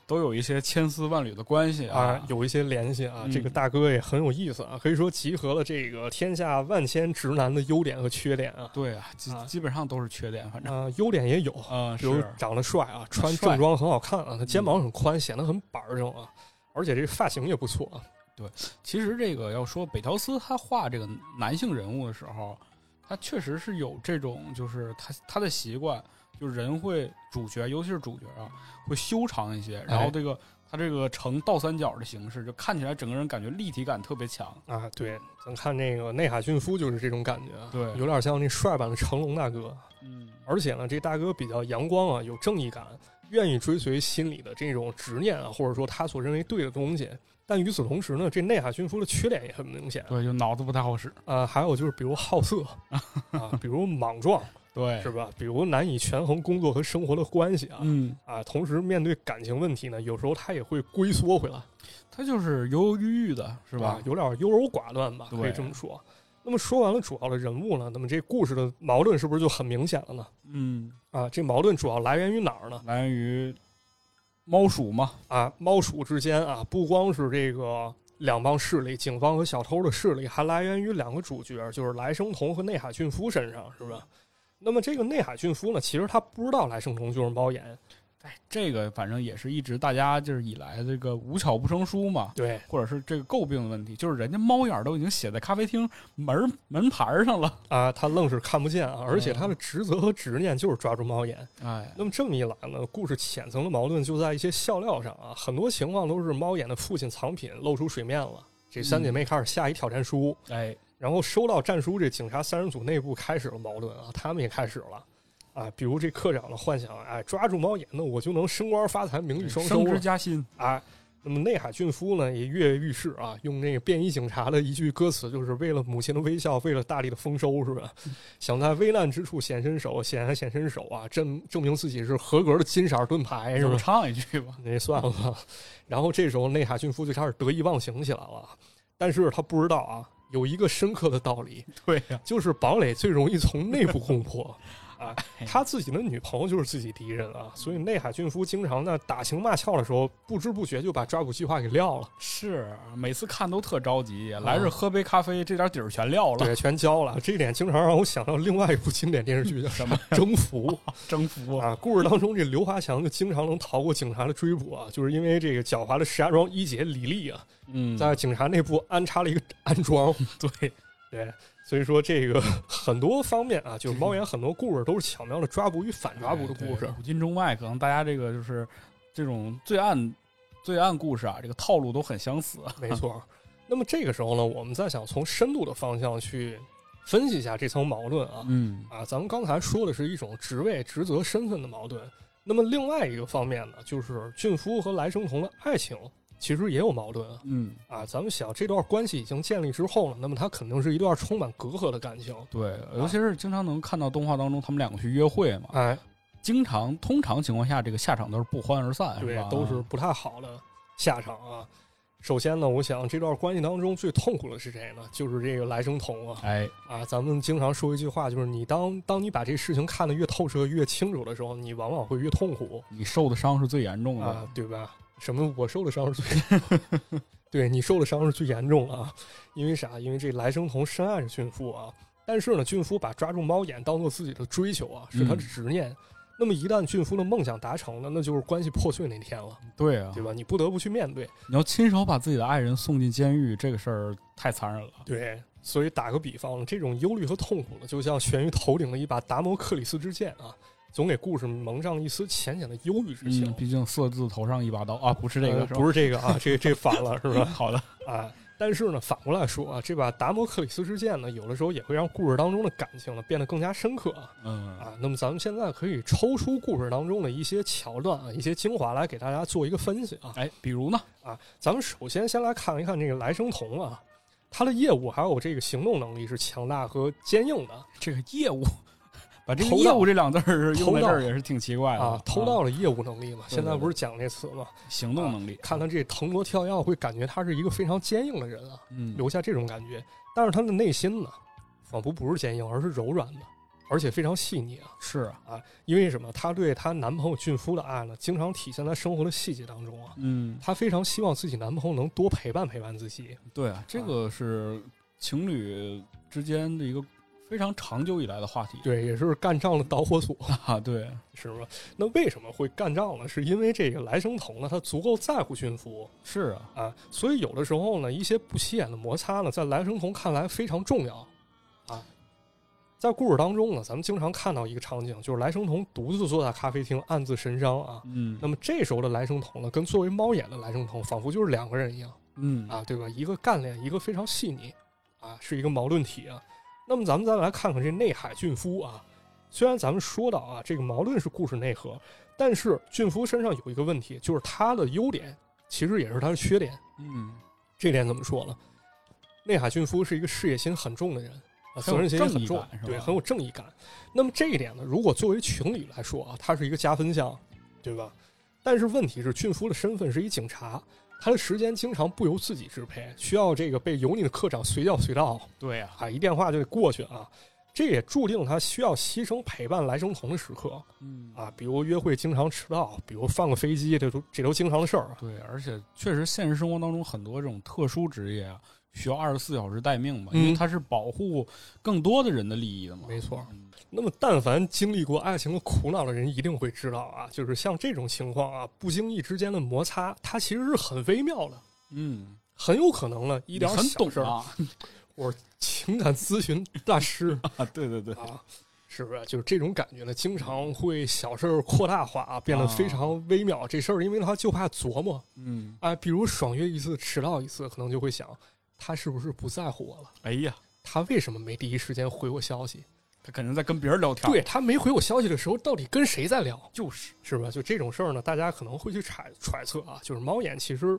Speaker 1: 都有一些千丝万缕的关系
Speaker 2: 啊
Speaker 1: 啊，。
Speaker 2: 有一些联系啊，
Speaker 1: 嗯
Speaker 2: 这个大哥也很有意思啊，可以说集合了这个天下万千直男的优点和缺点啊
Speaker 1: 对啊，基
Speaker 2: 啊
Speaker 1: 基本上都是缺点，反正
Speaker 2: 啊，优点也有，
Speaker 1: 嗯啊
Speaker 2: 比如
Speaker 1: 是
Speaker 2: 长得帅啊，穿
Speaker 1: 帅嗯
Speaker 2: 正装很好看啊，他肩膀很宽，显得很板正啊，而且这发型也不错啊。
Speaker 1: 其实这个要说北条司他画这个男性人物的时候，他确实是有这种，就是他他的习惯，就是人会主角，尤其是主角啊，会修长一些，
Speaker 2: 哎
Speaker 1: 然后这个他这个呈倒三角的形式，就看起来整个人感觉立体感特别强。
Speaker 2: 啊，对，咱看那个内海俊夫就是这种感觉啊，
Speaker 1: 对
Speaker 2: 有点像那帅版的成龙大哥。
Speaker 1: 嗯，
Speaker 2: 而且呢，这大哥比较阳光啊，有正义感，愿意追随心里的这种执念啊，或者说他所认为对的东西。但与此同时呢，这内海俊夫的缺点也很明显
Speaker 1: 对，就脑子不太好使。
Speaker 2: 啊，还有就是比如好色啊，比如莽撞
Speaker 1: 对
Speaker 2: 是，吧？比如难以权衡工作和生活的关系啊
Speaker 1: 嗯，
Speaker 2: 啊，同时面对感情问题呢，有时候他也会龟缩回来，
Speaker 1: 他就是犹犹豫豫的，是
Speaker 2: 是
Speaker 1: 吧？
Speaker 2: 有点优柔寡断吧，可以
Speaker 1: 对
Speaker 2: 这么说。那么说完了主要的人物呢，那么这故事的矛盾是不是就很明显了呢？
Speaker 1: 嗯，
Speaker 2: 啊，这矛盾主要来源于哪儿呢？
Speaker 1: 来源于猫鼠嘛，
Speaker 2: 啊，猫鼠之间啊，不光是这个两帮势力，警方和小偷的势力，还来源于两个主角，就是来生童和内海俊夫身上，是吧？那么这个内海俊夫呢，其实他不知道来生童就是猫眼，
Speaker 1: 哎，这个反正也是一直大家就是以来这个无巧不成书嘛，
Speaker 2: 对
Speaker 1: 或者是这个诟病的问题，就是人家猫眼儿都已经写在咖啡厅门儿门牌儿上了。
Speaker 2: 啊，他愣是看不见啊，而且
Speaker 1: 嗯
Speaker 2: 他的职责和执念就是抓住猫眼。
Speaker 1: 哎，
Speaker 2: 那么这么一来呢，故事浅层的矛盾就在一些笑料上啊，很多情况都是猫眼的父亲藏品露出水面了这三姐妹开始下一挑战书，
Speaker 1: 哎，
Speaker 2: 然后收到战书，这警察三人组内部开始了矛盾啊，他们也开始了。啊，比如这科长的幻想，哎，抓住猫眼呢，我就能升官发财、名利双收
Speaker 1: 升
Speaker 2: 了
Speaker 1: 职。加薪，
Speaker 2: 哎，那么内海俊夫呢也跃跃欲试啊，用那个便衣警察的一句歌词，就是为了母亲的微笑，为了大力的丰收，是吧？
Speaker 1: 嗯
Speaker 2: 想在危难之处显身手，显然显身手啊，证证明自己是合格的金色盾牌，是
Speaker 1: 我
Speaker 2: 吧？
Speaker 1: 唱一句吧。
Speaker 2: <laughs> 那算了吧。然后这时候内海俊夫就开始得意忘形起来了，但是他不知道啊，有一个深刻的道理，
Speaker 1: 对呀、
Speaker 2: 就是堡垒最容易从内部
Speaker 1: <laughs>
Speaker 2: 攻破。啊，
Speaker 1: 哎
Speaker 2: 他自己的女朋友就是自己敌人啊，所以内海俊夫经常呢打情骂俏的时候，不知不觉就把抓捕计划给撂了，
Speaker 1: 是啊每次看都特着急，来这喝杯咖啡，这点底儿全撂了。
Speaker 2: 啊对，全交了。这一点经常让我想到另外一部经典电视剧叫什么《
Speaker 1: <laughs>
Speaker 2: 征服》
Speaker 1: 征服
Speaker 2: 啊。故事当中，这刘华强就经常能逃过警察的追捕啊，就是因为这个狡猾的石家庄一姐李丽啊，
Speaker 1: 嗯，
Speaker 2: 在警察内部安插了一个暗桩， <laughs>
Speaker 1: 对，嗯
Speaker 2: 对，所以说这个很多方面啊，就是猫眼很多故事都是巧妙的抓捕与反抓捕的故
Speaker 1: 哎
Speaker 2: 事
Speaker 1: 对。古今中外，可能大家这个就是这种罪案罪案故事啊，这个套路都很相似。啊
Speaker 2: 没错。那么这个时候呢，我们再想从深度的方向去分析一下这层矛盾啊
Speaker 1: 嗯，
Speaker 2: 啊，咱们刚才说的是一种职位、职责、身份的矛盾。那么另外一个方面呢，就是俊夫和来生童的爱情其实也有矛盾啊
Speaker 1: 嗯，
Speaker 2: 啊。咱们想，这段关系已经建立之后呢，那么它肯定是一段充满隔阂的感情。
Speaker 1: 对，尤其是经常能看到动画当中他们两个去约会嘛，
Speaker 2: 哎，
Speaker 1: 经常通常情况下这个下场都是不欢而散，
Speaker 2: 对
Speaker 1: 吧？，
Speaker 2: 都是不太好的下场啊。首先呢，我想这段关系当中最痛苦的是谁呢？就是这个来生童啊
Speaker 1: 哎，
Speaker 2: 啊！咱们经常说一句话，就是你当当你把这事情看得越透彻、越清楚的时候，你往往会越痛苦
Speaker 1: 你受的伤是最严重的。
Speaker 2: 啊，对吧？什么？我受的伤是最，
Speaker 1: <laughs>
Speaker 2: 对你受的伤是最严重啊！因为啥？因为这来生童深爱着俊夫啊，但是呢，俊夫把抓住猫眼当做自己的追求啊，是他的
Speaker 1: 嗯
Speaker 2: 执念。那么一旦俊夫的梦想达成了，那就是关系破碎那天了，
Speaker 1: 对啊，
Speaker 2: 对吧？你不得不去面对。
Speaker 1: 你要亲手把自己的爱人送进监狱，这个事儿太残忍了。
Speaker 2: 对，所以打个比方，这种忧虑和痛苦呢，就像悬于头顶的一把达摩克里斯之剑啊，总给故事蒙上了一丝浅浅的忧郁之情。
Speaker 1: 嗯，毕竟色字头上一把刀啊，不是这个，
Speaker 2: 呃
Speaker 1: 是
Speaker 2: 不是这个啊，这这反了是
Speaker 1: <laughs> 吧
Speaker 2: 吧？ <laughs>
Speaker 1: 好的，
Speaker 2: 啊，但是呢，反过来说啊，这把达摩克里斯之剑呢，有的时候也会让故事当中的感情呢变得更加深刻啊。
Speaker 1: 嗯，
Speaker 2: 啊，那么咱们现在可以抽出故事当中的一些桥段啊，一些精华来给大家做一个分析啊。
Speaker 1: 哎，比如呢，
Speaker 2: 啊，咱们首先先来看一看这个来生童啊，他的业务还有这个行动能力是强大和坚硬的
Speaker 1: 这个业务， <laughs> 把这个
Speaker 2: 偷
Speaker 1: 业
Speaker 2: 盗
Speaker 1: 务这两字儿用在
Speaker 2: 偷
Speaker 1: 这
Speaker 2: 盗
Speaker 1: 儿也是挺奇怪的
Speaker 2: 啊，偷盗的业务能力嘛，
Speaker 1: 对
Speaker 2: 现在
Speaker 1: 对
Speaker 2: 不是讲这词嘛，
Speaker 1: 行动能力，
Speaker 2: 看他这腾挪跳跃，会感觉他是一个非常坚硬的人啊，
Speaker 1: 嗯，
Speaker 2: 留下这种感觉。但是他的内心呢，仿佛不是坚硬，而是柔软的，而且非常细腻啊。
Speaker 1: 是啊，
Speaker 2: 因为什么？她对她男朋友俊夫的爱呢，经常体现在生活的细节当中啊。
Speaker 1: 嗯，
Speaker 2: 她非常希望自己男朋友能多陪伴陪伴自己，
Speaker 1: 对啊，这个是情侣之间的一个非常长久以来的话题，
Speaker 2: 对，也是干仗的导火索。 <laughs>
Speaker 1: <laughs> 啊，对，
Speaker 2: 是吧？那为什么会干仗呢？是因为这个来生童呢，他足够在乎驯服
Speaker 1: 是啊，
Speaker 2: 啊，所以有的时候呢，一些不起眼的摩擦呢，在来生童看来非常重要啊。在故事当中呢，咱们经常看到一个场景，就是来生童独自坐在咖啡厅，暗自神伤啊。
Speaker 1: 嗯
Speaker 2: 那么这时候的来生童呢，跟作为猫眼的来生童仿佛就是两个人一样
Speaker 1: 嗯
Speaker 2: 啊，对吧？一个干练，一个非常细腻啊，是一个矛盾体啊。那么咱们再来看看这内海俊夫啊，虽然咱们说到啊，这个矛盾是故事内核，但是俊夫身上有一个问题，就是他的优点其实也是他的缺点。
Speaker 1: 嗯，
Speaker 2: 这点怎么说呢？内海俊夫是一个事业心很重的人，啊，
Speaker 1: 很
Speaker 2: 责
Speaker 1: 有
Speaker 2: 任心也很重
Speaker 1: 正义感是吧，
Speaker 2: 对，很有正义感。那么这一点呢，如果作为情侣来说啊，它是一个加分项，对吧？但是问题是，俊夫的身份是一警察，他的时间经常不由自己支配，需要这个被油腻的科长随叫随到，
Speaker 1: 对呀，
Speaker 2: 啊，一电话就得过去啊。这也注定他需要牺牲陪伴来生童的时刻
Speaker 1: 嗯
Speaker 2: 啊，比如约会经常迟到，比如放个飞机，这都这都经常的事儿啊。
Speaker 1: 对，而且确实现实生活当中很多这种特殊职业啊，需要二十四小时待命嘛，因为
Speaker 2: 嗯
Speaker 1: 它是保护更多的人的利益的嘛。
Speaker 2: 没错
Speaker 1: 嗯，
Speaker 2: 那么，但凡经历过爱情的苦恼的人，一定会知道啊，就是像这种情况啊，不经意之间的摩擦，它其实是很微妙的，
Speaker 1: 嗯，
Speaker 2: 很有可能呢，一
Speaker 1: 你
Speaker 2: 点
Speaker 1: 很
Speaker 2: 小
Speaker 1: 懂
Speaker 2: 事儿， <laughs>
Speaker 1: 啊，
Speaker 2: 情感咨询大师
Speaker 1: 啊，对对对， <laughs>
Speaker 2: 啊，是不是？就是这种感觉呢，经常会小事儿扩大化啊，变得非常微妙。这事儿，因为他就怕琢磨哎
Speaker 1: 嗯
Speaker 2: 啊，比如爽约一次，迟到一次，可能就会想，他是不是不在乎我了？
Speaker 1: 哎呀，
Speaker 2: 他为什么没第一时间回我消息？
Speaker 1: 他肯定在跟别人聊天。
Speaker 2: 对，他没回我消息的时候，到底跟谁在聊？
Speaker 1: 就是
Speaker 2: 是吧？就这种事儿呢，大家可能会去揣揣测啊。就是猫眼其实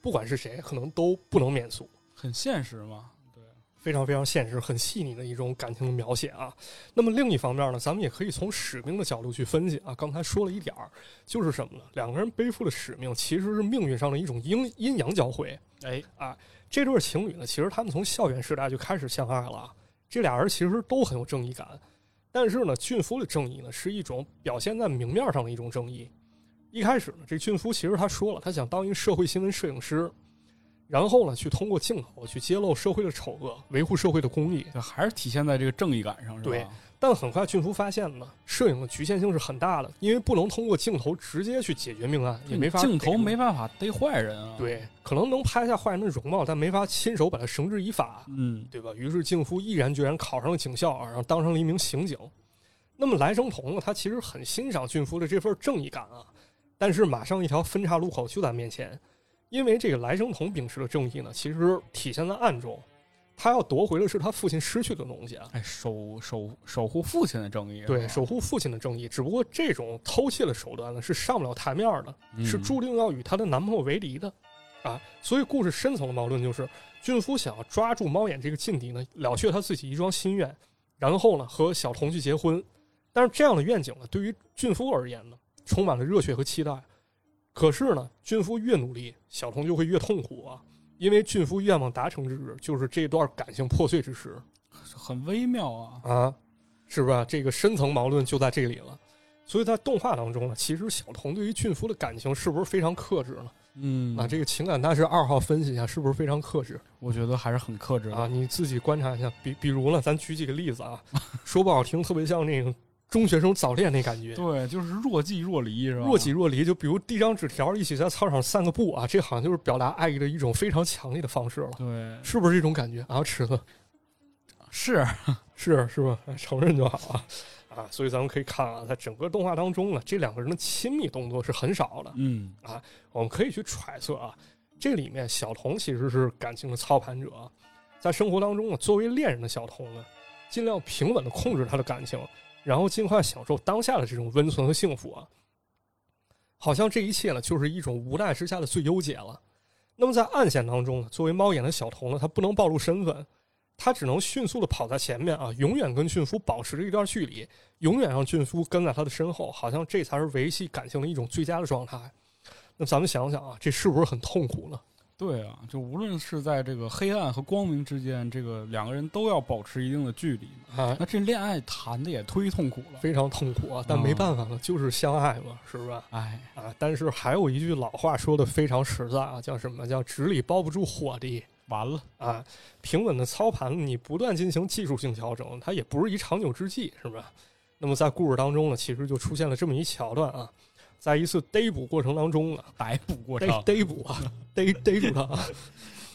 Speaker 2: 不管是谁，可能都不能免俗，
Speaker 1: 很现实嘛。对，
Speaker 2: 非常非常现实、很细腻的一种感情的描写啊。那么另一方面呢，咱们也可以从使命的角度去分析啊。刚才说了一点儿，就是什么呢？两个人背负的使命其实是命运上的一种阴阴阳交汇。
Speaker 1: 哎，
Speaker 2: 这对情侣呢，其实他们从校园时代就开始相爱了啊。这俩人其实都很有正义感，但是呢，俊夫的正义呢是一种表现在明面上的一种正义。一开始呢，这俊夫其实他说了，他想当一个社会新闻摄影师，然后呢，去通过镜头去揭露社会的丑恶，维护社会的公义。
Speaker 1: 这还是体现在这个正义感上，是吧？
Speaker 2: 对但很快，俊夫发现呢，摄影的局限性是很大的，因为不能通过镜头直接去解决命案，也没法
Speaker 1: 嗯镜
Speaker 2: 逮
Speaker 1: 头
Speaker 2: 住
Speaker 1: 没办法逮坏人啊。，
Speaker 2: 对，可能能拍下坏人的容貌，但没法亲手把他绳之以法。
Speaker 1: 嗯，
Speaker 2: 对吧？于是敬夫毅然决然考上了警校啊，然后当上了一名刑警。那么来生童呢，他其实很欣赏俊夫的这份正义感啊，但是马上一条分岔路口就在面前，因为这个来生童秉持的正义呢，其实体现在暗中，他要夺回的是他父亲失去的东西啊。
Speaker 1: 哎，守守守护父亲的正义，啊
Speaker 2: 对，
Speaker 1: 是吧
Speaker 2: 守护父亲的正义，只不过这种偷窃的手段呢，是上不了台面儿的，是
Speaker 1: 嗯
Speaker 2: 注定要与她的男朋友为敌的，啊，所以故事深层的矛盾就是，俊夫想要抓住猫眼这个劲敌呢，了却他自己一桩心愿，然后呢和小童去结婚，但是这样的愿景呢，对于俊夫而言呢，充满了热血和期待，可是呢，俊夫越努力，小童就会越痛苦啊，因为俊夫愿望达成之日，就是这段感情破碎之时，
Speaker 1: 很微妙啊。
Speaker 2: 啊，是吧？这个深层矛盾就在这里了。所以在动画当中呢，其实小童对于俊夫的感情是不是非常克制呢？
Speaker 1: 嗯
Speaker 2: 啊，这个情感大师二号分析一下，是不是非常克制
Speaker 1: 我觉得还是很克制的。
Speaker 2: 啊？你自己观察一下，比比如呢，咱举几个例子啊，说不好听，特别像那个中学生早恋那感觉，
Speaker 1: 对，就是若即若离，是吧？
Speaker 2: 若即若离。就比如递张纸条，一起在操场散个步啊，这好像就是表达爱意的一种非常强烈的方式了，
Speaker 1: 对，
Speaker 2: 是不是这种感觉啊？池子，
Speaker 1: 是
Speaker 2: 是啊是吧？承认就好啊啊！所以咱们可以看啊，在整个动画当中呢，啊这两个人的亲密动作是很少的。
Speaker 1: 嗯，
Speaker 2: 我们可以去揣测啊，这里面小童其实是感情的操盘者，在生活当中呢，作为恋人的小童呢，尽量平稳的控制他的感情，然后尽快享受当下的这种温存和幸福啊。好像这一切呢，就是一种无奈之下的最优解了。那么在暗线当中呢，作为猫眼的小童呢，他不能暴露身份，他只能迅速的跑在前面啊，永远跟俊夫保持着一段距离，永远让俊夫跟在他的身后，好像这才是维系感情的一种最佳的状态。那咱们想想啊，这是不是很痛苦呢？
Speaker 1: 对啊，就无论是在这个黑暗和光明之间，这个两个人都要保持一定的距离。
Speaker 2: 啊，
Speaker 1: 那这恋爱谈的也忒痛苦了。
Speaker 2: 非常痛苦啊，但没办法了，就是相爱嘛，是吧？
Speaker 1: 哎，
Speaker 2: 啊，但是还有一句老话说的非常实在啊，叫什么叫纸里包不住火的
Speaker 1: 完了，
Speaker 2: 啊？平稳的操盘，你不断进行技术性调整，它也不是一长久之计，是吧？那么在故事当中呢，其实就出现了这么一桥段啊，在一次逮捕过程当中啊呢，
Speaker 1: 逮捕过程
Speaker 2: 逮，逮捕啊，逮逮住他啊！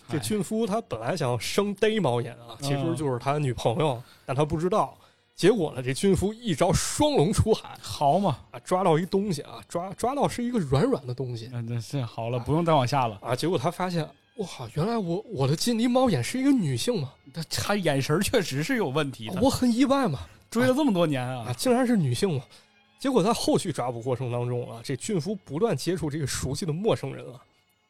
Speaker 2: 这
Speaker 1: 哎
Speaker 2: 俊夫他本来想要生逮猫眼啊，其实就是他女朋友，但他不知道。结果呢，这俊夫一招双龙出海
Speaker 1: 好嘛，
Speaker 2: 啊，抓到一东西啊，抓抓到是一个软软的东西
Speaker 1: 那那是好了，不用再往下了。
Speaker 2: 啊。结果他发现，哇，原来我我的劲敌猫眼是一个女性嘛，
Speaker 1: 他他眼神确实是有问题的，
Speaker 2: 我很意外嘛
Speaker 1: 追了这么多年啊
Speaker 2: 啊，，竟然是女性嘛。结果在后续抓捕过程当中啊，这俊夫不断接触这个熟悉的陌生人啊，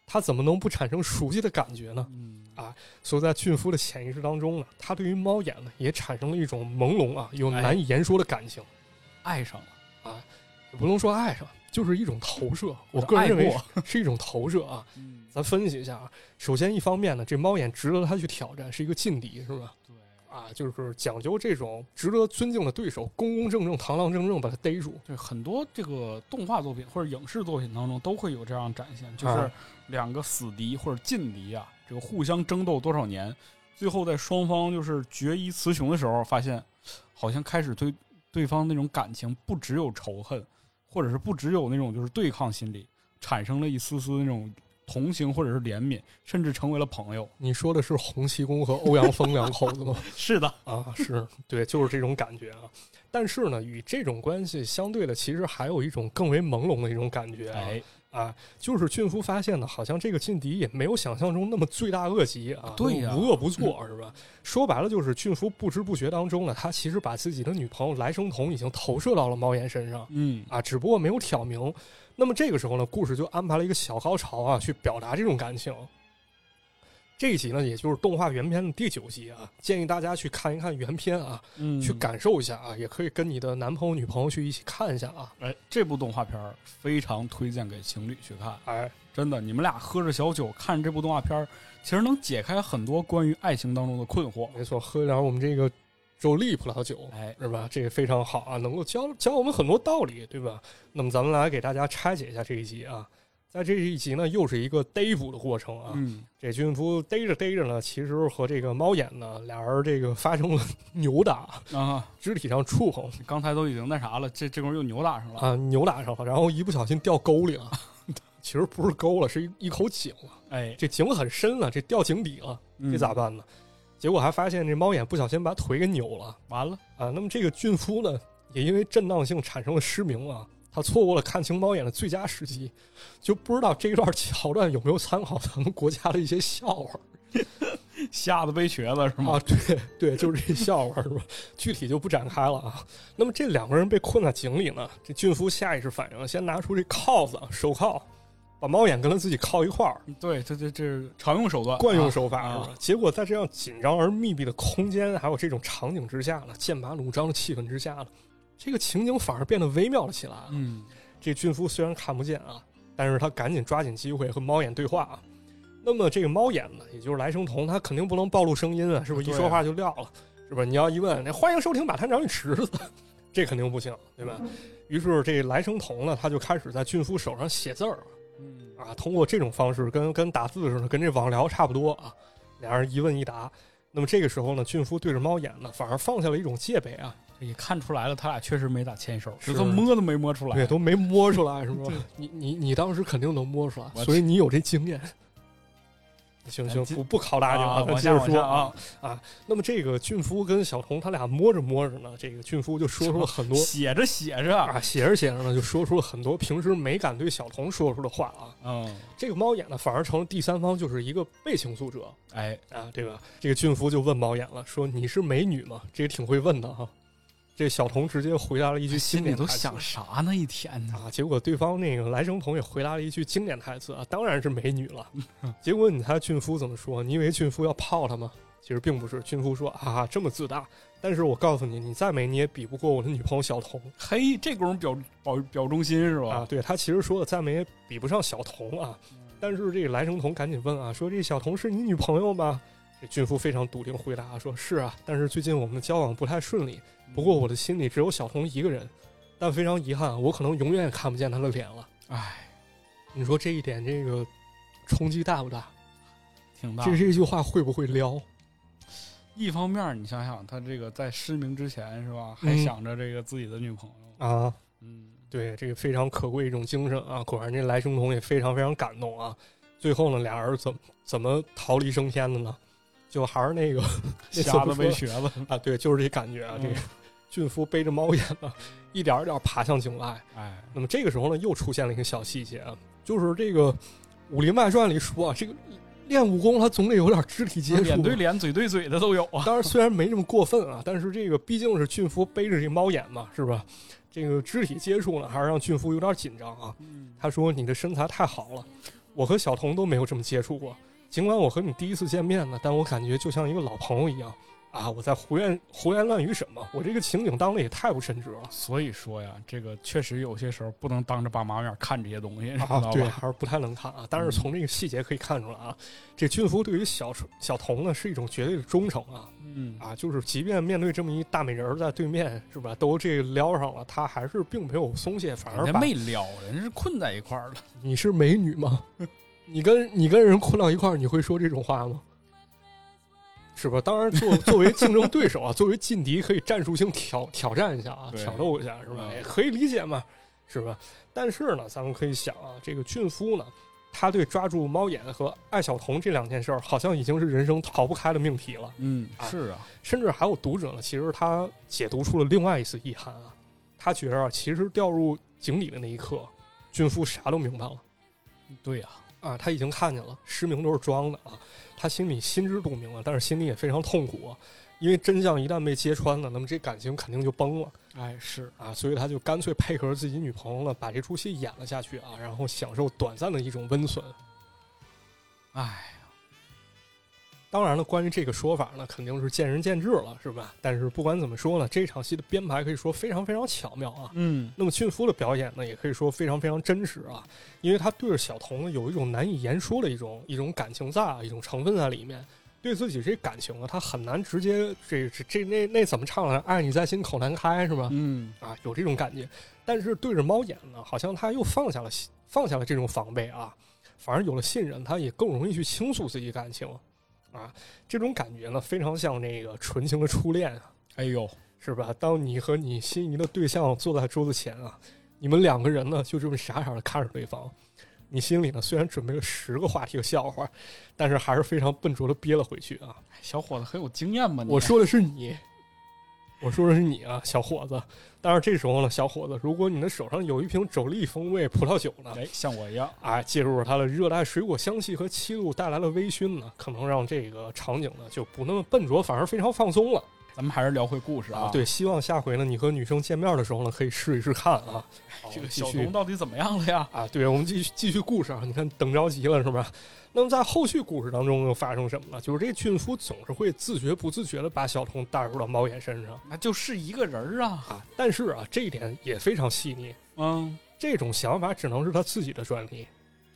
Speaker 2: 他怎么能不产生熟悉的感觉呢？
Speaker 1: 嗯，
Speaker 2: 所以在俊夫的潜意识当中呢，他对于猫眼呢也产生了一种朦胧啊，
Speaker 1: 哎
Speaker 2: 有难以言说的感情，
Speaker 1: 爱上了，
Speaker 2: 也不能说爱上，就是一种投射。我
Speaker 1: 是
Speaker 2: 个人认
Speaker 1: 爱
Speaker 2: 为
Speaker 1: 过
Speaker 2: 是是一种投射啊。
Speaker 1: 嗯，
Speaker 2: 咱分析一下啊，首先一方面呢，这猫眼值得他去挑战，是一个劲敌，是吧？
Speaker 1: 对，
Speaker 2: 啊，就是讲究这种值得尊敬的对手，公公正正、堂堂正正把他逮住。
Speaker 1: 对，很多这个动画作品或者影视作品当中都会有这样展现，就是
Speaker 2: 啊
Speaker 1: 两个死敌或者劲敌啊，这个互相争斗多少年，最后在双方就是决一雌雄的时候，发现好像开始对对方那种感情不只有仇恨，或者是不只有那种就是对抗心理，产生了一丝丝那种同情或者是怜悯，甚至成为了朋友。
Speaker 2: 你说的是洪七公和欧阳锋两口子吗？ <laughs>
Speaker 1: 是的，
Speaker 2: 啊， <laughs> 是对，就是这种感觉啊。但是呢，与这种关系相对的，其实还有一种更为朦胧的一种感觉啊。
Speaker 1: 哎，
Speaker 2: 啊，就是俊夫发现呢，好像这个劲敌也没有想象中那么罪大恶极啊，
Speaker 1: 对呀
Speaker 2: 无恶不作、是吧？说白了就是俊夫不知不觉当中呢，他其实把自己的女朋友来生童已经投射到了猫眼身上
Speaker 1: 嗯，
Speaker 2: 啊，只不过没有挑明。那么这个时候呢，故事就安排了一个小高潮啊，去表达这种感情。这一集呢，也就是动画原片的第九集啊，建议大家去看一看原片啊，
Speaker 1: 嗯
Speaker 2: 去感受一下啊，也可以跟你的男朋友、女朋友去一起看一下啊。
Speaker 1: 哎，这部动画片儿非常推荐给情侣去看，
Speaker 2: 哎，
Speaker 1: 真的，你们俩喝着小酒看这部动画片儿，其实能解开很多关于爱情当中的困惑。
Speaker 2: 没错，喝一点我们这个周丽葡萄酒，
Speaker 1: 哎，
Speaker 2: 是吧？这个非常好啊，能够教教我们很多道理，对吧？那么咱们来给大家拆解一下这一集啊，在这一集呢，又是一个逮捕的过程啊。
Speaker 1: 嗯，
Speaker 2: 这俊夫逮着逮着呢，其实和这个猫眼呢，俩人这个发生了扭打，
Speaker 1: 啊，
Speaker 2: 肢体上触碰
Speaker 1: 刚才都已经那啥了，这这会儿又扭打上了。
Speaker 2: 啊，扭打上了，然后一不小心掉沟里了。 <laughs> 其实不是沟了，是一一口井了。
Speaker 1: 哎，
Speaker 2: 这井很深啊了，这掉井底了，这
Speaker 1: 嗯
Speaker 2: 咋办呢？结果还发现这猫眼不小心把腿给扭了。
Speaker 1: 完了？
Speaker 2: 啊，那么这个俊夫呢，也因为震荡性产生了失明啊，他错过了看清猫眼的最佳时机，就不知道这一段桥段有没有参考咱们国家的一些笑话
Speaker 1: 吓得背瘸子是吗？
Speaker 2: 啊？对对，就是这笑话是吧？具体就不展开了啊。那么这两个人被困在井里呢，这俊夫下意识反应，先拿出这铐子啊手铐，把猫眼跟他自己铐一块儿。
Speaker 1: 对，这这这是常用手段，
Speaker 2: 惯用手法、
Speaker 1: 啊
Speaker 2: 是吧？结果在这样紧张而密闭的空间，还有这种场景之下呢，剑拔弩张的气氛之下呢，这个情景反而变得微妙了起来啊。
Speaker 1: 啊嗯，
Speaker 2: 这俊夫虽然看不见啊，但是他赶紧抓紧机会和猫眼对话啊。那么这个猫眼呢，也就是来生童，他肯定不能暴露声音啊，是不是？一
Speaker 1: 对啊
Speaker 2: 说话就撂了，是不是？你要一问，那欢迎收听《马探长与池子》， <laughs> 这肯定不行，对
Speaker 1: 嗯
Speaker 2: 吧？于是这来生童呢，他就开始在俊夫手上写字儿
Speaker 1: 嗯
Speaker 2: 啊，通过这种方式跟跟打字似的，跟这网聊差不多啊。俩人一问一答，那么这个时候呢，俊夫对着猫眼呢，反而放下了一种戒备啊，
Speaker 1: 也看出来了，他俩确实没咋牵手，
Speaker 2: 是
Speaker 1: 这都摸都没摸出
Speaker 2: 对，
Speaker 1: 来。
Speaker 2: 都没摸出来是吧？你你你当时肯定能摸出来，
Speaker 1: 我
Speaker 2: 所以你有这经验。行
Speaker 1: 咱
Speaker 2: <laughs> 行，
Speaker 1: 接
Speaker 2: 不不考拉你
Speaker 1: 啊
Speaker 2: 了，咱
Speaker 1: 往
Speaker 2: 接
Speaker 1: 下
Speaker 2: 着
Speaker 1: 往
Speaker 2: 说
Speaker 1: 下啊。，
Speaker 2: 那么这个俊夫跟小童他俩摸着摸着呢，这个俊夫就说出了很多
Speaker 1: 写着写着，
Speaker 2: 啊，写着写着呢，就说出了很多平时没敢对小童说出的话啊。
Speaker 1: 嗯，
Speaker 2: 这个猫眼呢，反而成了第三方，就是一个被倾诉者
Speaker 1: 哎，
Speaker 2: 啊，对吧？这个俊夫就问猫眼了，说你是美女吗？这也挺会问的哈、这小童直接回答了一句经
Speaker 1: 哎心里
Speaker 2: 典
Speaker 1: 都
Speaker 2: 台词
Speaker 1: 想啥呢？一天呢？
Speaker 2: 啊，结果对方那个来生朋友回答了一句经典台词啊，当然是美女了。结果你猜俊夫怎么说？你以为俊夫要泡她吗？其实并不是，俊夫说啊，这么自大，但是我告诉你，你再美你也比不过我的女朋友小童
Speaker 1: 嘿，这功夫表表表忠心是
Speaker 2: 啊。
Speaker 1: 吧？
Speaker 2: 对他其实说的再美也比不上小童啊，但是这个来生童赶紧问啊，说这小童是你女朋友吗？这俊夫非常笃定回答说是啊，但是最近我们的交往不太顺利，不
Speaker 1: 嗯
Speaker 2: 过我的心里只有小童一个人，但非常遗憾，我可能永远也看不见她的脸了。
Speaker 1: 哎，
Speaker 2: 你说这一点，这个冲击大不大？
Speaker 1: 挺大
Speaker 2: 这。这句话会不会撩？
Speaker 1: 一方面，你想想，他这个在失明之前是吧，还
Speaker 2: 嗯
Speaker 1: 想着这个自己的女朋友，
Speaker 2: 啊，
Speaker 1: 嗯，
Speaker 2: 对，这个非常可贵一种精神啊！果然，这来生童也非常非常感动啊。最后呢，俩人怎么怎么逃离升天的呢？就还是那个那次
Speaker 1: 瞎
Speaker 2: 不
Speaker 1: 子
Speaker 2: 说
Speaker 1: 背瘸子，
Speaker 2: 啊，对，就是这感觉啊。这个 <laughs> 俊夫背着猫眼呢，一点儿一点儿爬向井外。
Speaker 1: 哎，
Speaker 2: 那么这个时候呢，又出现了一个小细节啊，就是这个《武林外传》里说啊，这个练武功他总得有点肢体接触吧，啊
Speaker 1: 脸啊对脸、嘴对嘴的都有啊。
Speaker 2: <laughs>
Speaker 1: <laughs>
Speaker 2: 当然，虽然没这么过分啊，但是这个毕竟是俊夫背着这猫眼嘛，是吧？这个肢体接触呢，还是让俊夫有点紧张啊。
Speaker 1: 嗯
Speaker 2: 他说：“你的身材太好了，我和小童都没有这么接触过。尽管我和你第一次见面呢，但我感觉就像一个老朋友一样啊！我在胡言胡言乱语什么？我这个情景当的也太不称职了
Speaker 1: 所以说呀，这个确实有些时候不能当着爸妈面看这些东西，知道
Speaker 2: 啊！
Speaker 1: 吧？
Speaker 2: 对，还是不太能看啊。但是从这个细节可以看出来啊，这俊夫对于小小童呢是一种绝对的忠诚啊。
Speaker 1: 嗯，
Speaker 2: 啊，就是即便面对这么一大美人儿在对面，是吧？都这个撩上了，他还是并没有松懈，反而
Speaker 1: 人家
Speaker 2: 把啊
Speaker 1: 没撩，人家是困在一块儿了。
Speaker 2: 你是美女吗？ <laughs> 你跟你跟人困到一块儿，你会说这种话吗？是吧？当然作，作为竞争对手啊，作为劲敌，可以战术性挑挑战一下啊，
Speaker 1: 对
Speaker 2: 挑逗一下，是吧？
Speaker 1: 嗯
Speaker 2: 也可以理解嘛，是吧？但是呢，咱们可以想啊，这个俊夫呢，他对抓住猫眼和艾晓彤这两件事儿，好像已经是人生逃不开的命题了。
Speaker 1: 嗯，
Speaker 2: 啊
Speaker 1: 是啊，
Speaker 2: 甚至还有读者呢，其实他解读出了另外一丝遗憾啊，他觉着啊，其实掉入井底的那一刻，俊夫啥都明白了。
Speaker 1: 对呀、
Speaker 2: 啊，他已经看见了，失明都是装的啊，他心里心知肚明了，但是心里也非常痛苦啊，因为真相一旦被揭穿了，那么这感情肯定就崩了
Speaker 1: 哎是，
Speaker 2: 啊， <laughs> 所以他就干脆配合自己女朋友呢，把这出戏演了下去啊，然后享受短暂的一种温存。
Speaker 1: 哎，
Speaker 2: 当然了，关于这个说法呢，肯定是见仁见智了，是吧？但是不管怎么说呢，这场戏的编排可以说非常非常巧妙啊。
Speaker 1: 嗯，
Speaker 2: 那么俊夫的表演呢，也可以说非常非常真实啊，因为他对着小童呢有一种难以言说的一种一种感情在啊，一种成分在里面。对自己这感情啊，他很难直接这这这那那怎么唱来着？爱你在心口难开是吧？
Speaker 1: 嗯，
Speaker 2: 啊，有这种感觉。但是对着猫眼呢，好像他又放下了心放下了这种防备啊，反而有了信任，他也更容易去倾诉自己感情啊。这种感觉呢，非常像那个纯情的初恋啊，
Speaker 1: 哎呦，
Speaker 2: 是吧？当你和你心仪的对象坐在桌子前啊，你们两个人呢就这么傻傻的看着对方，你心里呢虽然准备了十个话题和笑话，但是还是非常笨拙的憋了回去啊。
Speaker 1: 小伙子很有经验嘛，你
Speaker 2: 我说的是你，我说的是你啊，小伙子。但是这时候呢，小伙子，如果你的手上有一瓶肘力风味葡萄酒呢，
Speaker 1: 哎，像我一样，
Speaker 2: 啊，借助它的热带水果香气和七度带来的微醺呢，可能让这个场景呢就不那么笨拙，反而非常放松了。
Speaker 1: 咱们还是聊回故事啊。，
Speaker 2: 对，希望下回呢，你和女生见面的时候呢，可以试一试看啊。好
Speaker 1: 这个
Speaker 2: 继
Speaker 1: 小
Speaker 2: 续
Speaker 1: 童到底怎么样了呀？
Speaker 2: 啊，对，我们继续继续故事啊，你看等着急了是吧？那么在后续故事当中又发生什么呢？就是这俊夫总是会自觉不自觉的把小童带入到猫眼身上
Speaker 1: 那就是一个人儿啊，
Speaker 2: 啊，但是啊，这一点也非常细腻，
Speaker 1: 嗯，
Speaker 2: 这种想法只能是他自己的专利，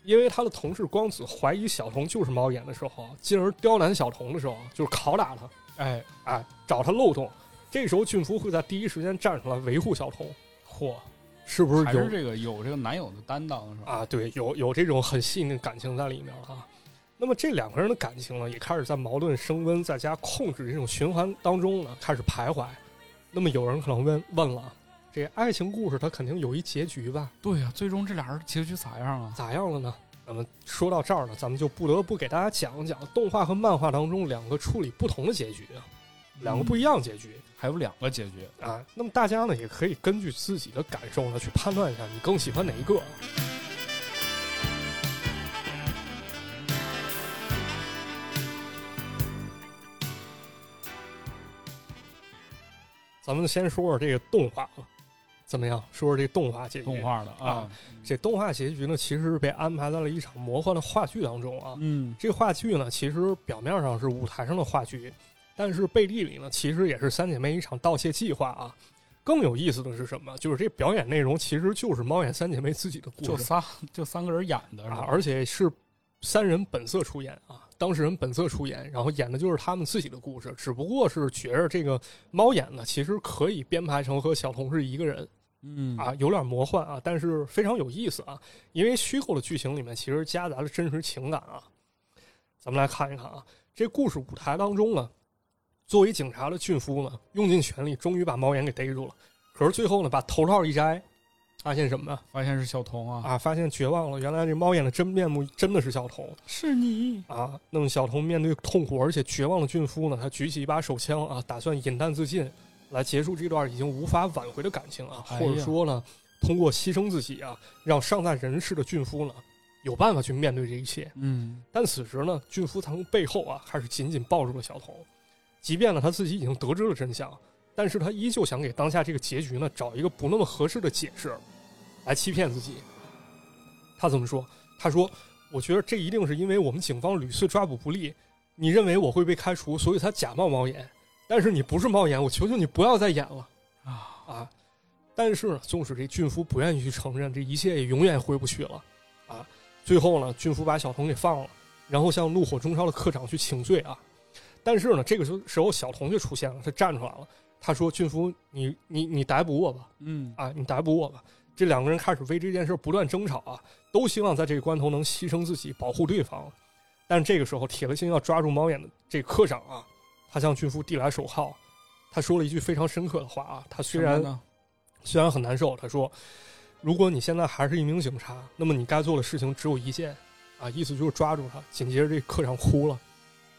Speaker 2: 因为他的同事光子怀疑小童就是猫眼的时候，进而刁难小童的时候，就是拷打他，
Speaker 1: 哎，
Speaker 2: 哎，找他漏洞。这时候俊夫会在第一时间站出来维护小童，
Speaker 1: 嚯，
Speaker 2: 是不是
Speaker 1: 还
Speaker 2: 有
Speaker 1: 是这个有这个男友的担当是吧？
Speaker 2: 啊，对，有有这种很细腻的感情在里面了啊。那么这两个人的感情呢，也开始在矛盾升温，再加控制这种循环当中呢，开始徘徊。那么有人可能问问了，啊这爱情故事它肯定有一结局吧？
Speaker 1: 对呀、最终这俩人结局咋样啊？
Speaker 2: 咋样了呢？那么说到这儿呢，咱们就不得不给大家讲一讲动画和漫画当中两个处理不同的结局，啊两个不一样的结局。
Speaker 1: 嗯还有两个结局，
Speaker 2: 啊，那么大家呢也可以根据自己的感受呢去判断一下你更喜欢哪一个。咱们先说说这个动画啊，怎么样？说说这动画结局。
Speaker 1: 动画的啊
Speaker 2: 啊，这动画结局呢，其实是被安排在了一场魔幻的话剧当中啊。
Speaker 1: 嗯，
Speaker 2: 这话剧呢，其实表面上是舞台上的话剧，但是背地里呢，其实也是三姐妹一场盗窃计划啊。更有意思的是什么？就是这表演内容其实就是猫眼三姐妹自己的故
Speaker 1: 就
Speaker 2: 事
Speaker 1: 仨就三个人演的是
Speaker 2: 啊，
Speaker 1: 吧？
Speaker 2: 而且是三人本色出演啊，当事人本色出演，然后演的就是他们自己的故事，只不过是觉着这个猫眼呢，其实可以编排成和小童是一个人，
Speaker 1: 嗯
Speaker 2: 啊，，有点魔幻啊，但是非常有意思啊，因为虚构的剧情里面其实夹杂了真实情感啊。咱们来看一看啊，这故事舞台当中呢，作为警察的俊夫呢，用尽全力，终于把猫眼给逮住了。可是最后呢，把头套一摘，发现什么呢？
Speaker 1: 发现是小童啊，
Speaker 2: 啊，发现绝望了，原来这猫眼的真面目真的是小童
Speaker 1: 是你，
Speaker 2: 啊。那么小童面对痛苦而且绝望的俊夫呢，他举起一把手枪啊，打算引弹自尽，来结束这段已经无法挽回的感情啊，
Speaker 1: 哎
Speaker 2: 或者
Speaker 1: 呀
Speaker 2: 说呢，通过牺牲自己啊，让尚在人世的俊夫呢有办法去面对这一切。
Speaker 1: 嗯，
Speaker 2: 但此时呢，俊夫从背后啊开始紧紧抱住了小童，即便呢他自己已经得知了真相，但是他依旧想给当下这个结局呢找一个不那么合适的解释，来欺骗自己。他怎么说？他说：“我觉得这一定是因为我们警方屡次抓捕不力，你认为我会被开除，所以才假冒猫眼。但是你不是猫眼，我求求你不要再演了
Speaker 1: 啊，
Speaker 2: 啊！”但是呢，纵使这俊夫不愿意去承认，这一切也永远回不去了啊！最后呢，俊夫把小童给放了。然后向怒火中烧的科长去请罪啊。但是呢，这个时候时候小童就出现了，他站出来了，他说：“俊夫，你你你逮捕我吧，
Speaker 1: 嗯，
Speaker 2: 啊，你逮捕我吧。”这两个人开始为这件事不断争吵啊，都希望在这个关头能牺牲自己，保护对方。但这个时候，铁了心要抓住猫眼的这科长啊，他向俊夫递来手铐，他说了一句非常深刻的话啊，他虽
Speaker 1: 什
Speaker 2: 然
Speaker 1: 么呢，
Speaker 2: 虽然很难受，他说：“如果你现在还是一名警察，那么你该做的事情只有一件，啊，意思就是抓住他。紧接着这科长哭了，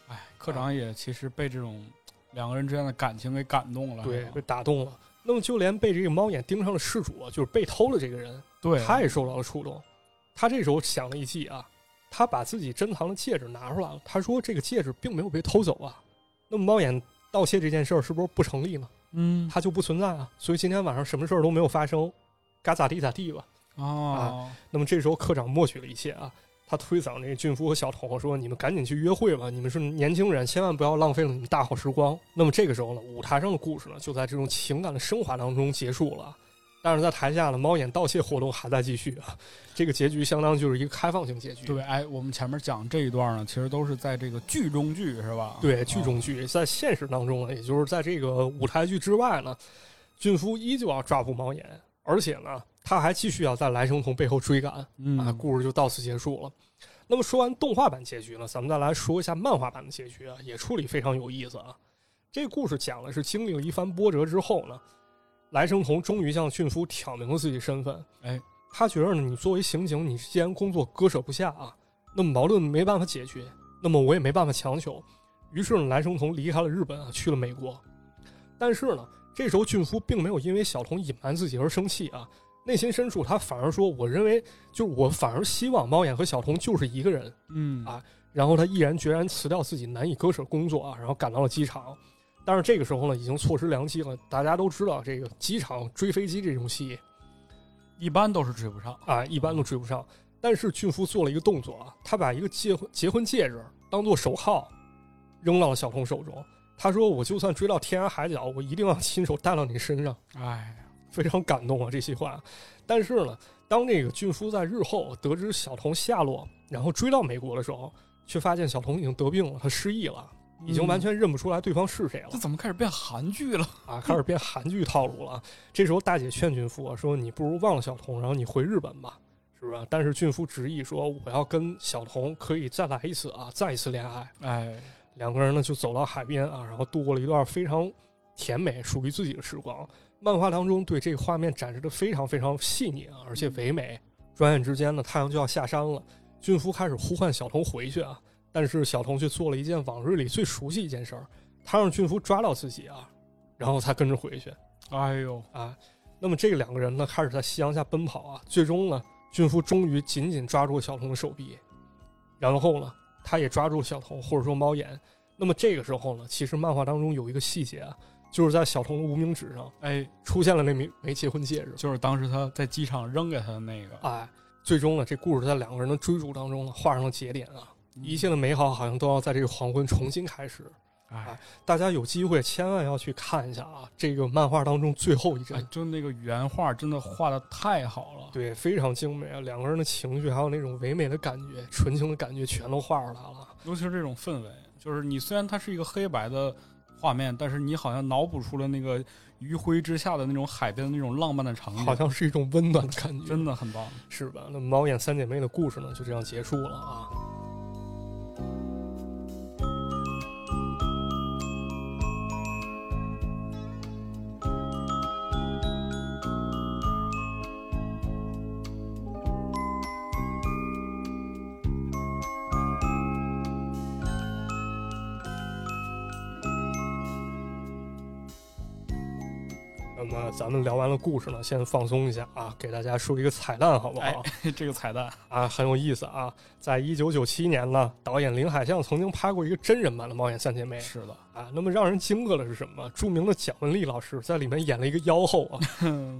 Speaker 1: 哎，科
Speaker 2: 啊
Speaker 1: 长也其实被这种两个人之间的感情给感动了，
Speaker 2: 对
Speaker 1: 是，吧
Speaker 2: 被打动了。那么就连被这个猫眼盯上的事主啊，就是被偷的这个人，
Speaker 1: 对，啊
Speaker 2: 他也受到了触动。他这时候想了一计啊，他把自己珍藏的戒指拿出来了。他说这个戒指并没有被偷走啊。那么猫眼盗窃这件事儿是不是不成立呢？
Speaker 1: 嗯，
Speaker 2: 它就不存在啊。所以今天晚上什么事儿都没有发生，该咋地咋地吧。啊
Speaker 1: 哦，
Speaker 2: 那么这时候科长默许了一切啊，他推搡那个俊夫和小童说：“你们赶紧去约会吧，你们是年轻人，千万不要浪费了你们大好时光。”那么这个时候呢，舞台上的故事呢，就在这种情感的升华当中结束了。但是在台下呢，猫眼盗窃活动还在继续啊，这个结局相当就是一个开放性结局。
Speaker 1: 对，哎，我们前面讲这一段呢，其实都是在这个剧中剧是吧？
Speaker 2: 对，
Speaker 1: 啊
Speaker 2: 剧中剧，在现实当中呢，也就是在这个舞台剧之外呢，俊夫依旧要抓捕猫眼，而且呢，他还继续要在来生从背后追赶。
Speaker 1: 嗯
Speaker 2: 啊，故事就到此结束了。那么说完动画版结局呢，咱们再来说一下漫画版的结局啊，也处理非常有意思啊。这故事讲的是经历了一番波折之后呢，来生童终于向俊夫挑明了自己身份。
Speaker 1: 哎，
Speaker 2: 他觉得呢，你作为刑警，你既然工作割舍不下啊，那么矛盾没办法解决，那么我也没办法强求。于是呢，来生童离开了日本啊，去了美国。但是呢，这时候俊夫并没有因为小童隐瞒自己而生气啊，内心深处他反而说：“我认为就是我反而希望猫眼和小童就是一个人。
Speaker 1: 嗯
Speaker 2: 啊然后他毅然决然辞掉自己难以割舍工作啊，然后赶到了机场。但是这个时候呢，已经错失良机了。大家都知道，这个机场追飞机这种戏
Speaker 1: 一般都是追不上，
Speaker 2: 啊，一般都追不上。但是俊夫做了一个动作啊，他把一个结婚结婚戒指当做手铐扔到了小童手中。他说：“我就算追到天涯海角，我一定要亲手戴到你身上。”
Speaker 1: 哎，
Speaker 2: 非常感动啊，这些话。但是呢，当这个俊夫在日后得知小童下落，然后追到美国的时候，却发现小童已经得病了，他失忆了，已
Speaker 1: 嗯
Speaker 2: 经完全认不出来对方是谁了
Speaker 4: 嗯这、怎么开始变韩剧了？
Speaker 2: 啊，开始变韩剧套路了。这时候大姐劝俊夫啊，说：“你不如忘了小童，然后你回日本吧。”是不是？但是俊夫执意说：“我要跟小童可以再来一次啊，再一次恋爱。”
Speaker 1: 哎，
Speaker 2: 两个人呢就走到海边啊，然后度过了一段非常甜美、属于自己的时光。漫画当中对这个画面展示的非常非常细腻啊，而且唯美。转眼之间呢，太阳就要下山了，俊夫开始呼唤小童回去啊，但是小童却做了一件往日里最熟悉一件事儿，他让俊夫抓到自己啊，然后才跟着回去。
Speaker 1: 哎呦，
Speaker 2: 啊。那么这两个人呢，开始在夕阳下奔跑啊。最终呢，俊夫终于紧紧抓住小童的手臂，然后呢，他也抓住小童，或者说猫眼。那么这个时候呢，其实漫画当中有一个细节啊，就是在小童的无名指上
Speaker 1: 哎，
Speaker 2: 出现了那枚枚结婚戒指。
Speaker 1: 就是当时他在机场扔给他的那个，
Speaker 2: 哎，最终呢，这故事在两个人的追逐当中呢，画上了节点啊。一切
Speaker 1: 嗯，
Speaker 2: 的美好好像都要在这个黄昏重新开始。
Speaker 1: 哎，
Speaker 2: 大家有机会千万要去看一下啊，这个漫画当中最后一帧
Speaker 1: 哎，就那个原画真的画的太好了，
Speaker 2: 对，非常精美啊！两个人的情绪，还有那种唯美的感觉、纯情的感觉，全都画出来了。
Speaker 1: 尤其是这种氛围，就是你虽然它是一个黑白的画面，但是你好像脑补出了那个余晖之下的那种海边的那种浪漫的场景，
Speaker 2: 好像是一种温暖的感
Speaker 1: 嗯
Speaker 2: 觉，
Speaker 1: 真的很棒。
Speaker 2: 是吧？那猫眼三姐妹的故事呢，就这样结束了啊。那么咱们聊完了故事呢，先放松一下啊，给大家说一个彩蛋，好不好？
Speaker 1: 哎 <laughs> 这个彩蛋，
Speaker 2: 啊，很有意思啊！在一九九七年呢，导演林海象曾经拍过一个真人版的《猫眼三姐妹》
Speaker 1: 是的，
Speaker 2: 啊。那么让人惊愕的是什么？著名的蒋雯丽老师在里面演了一个妖后啊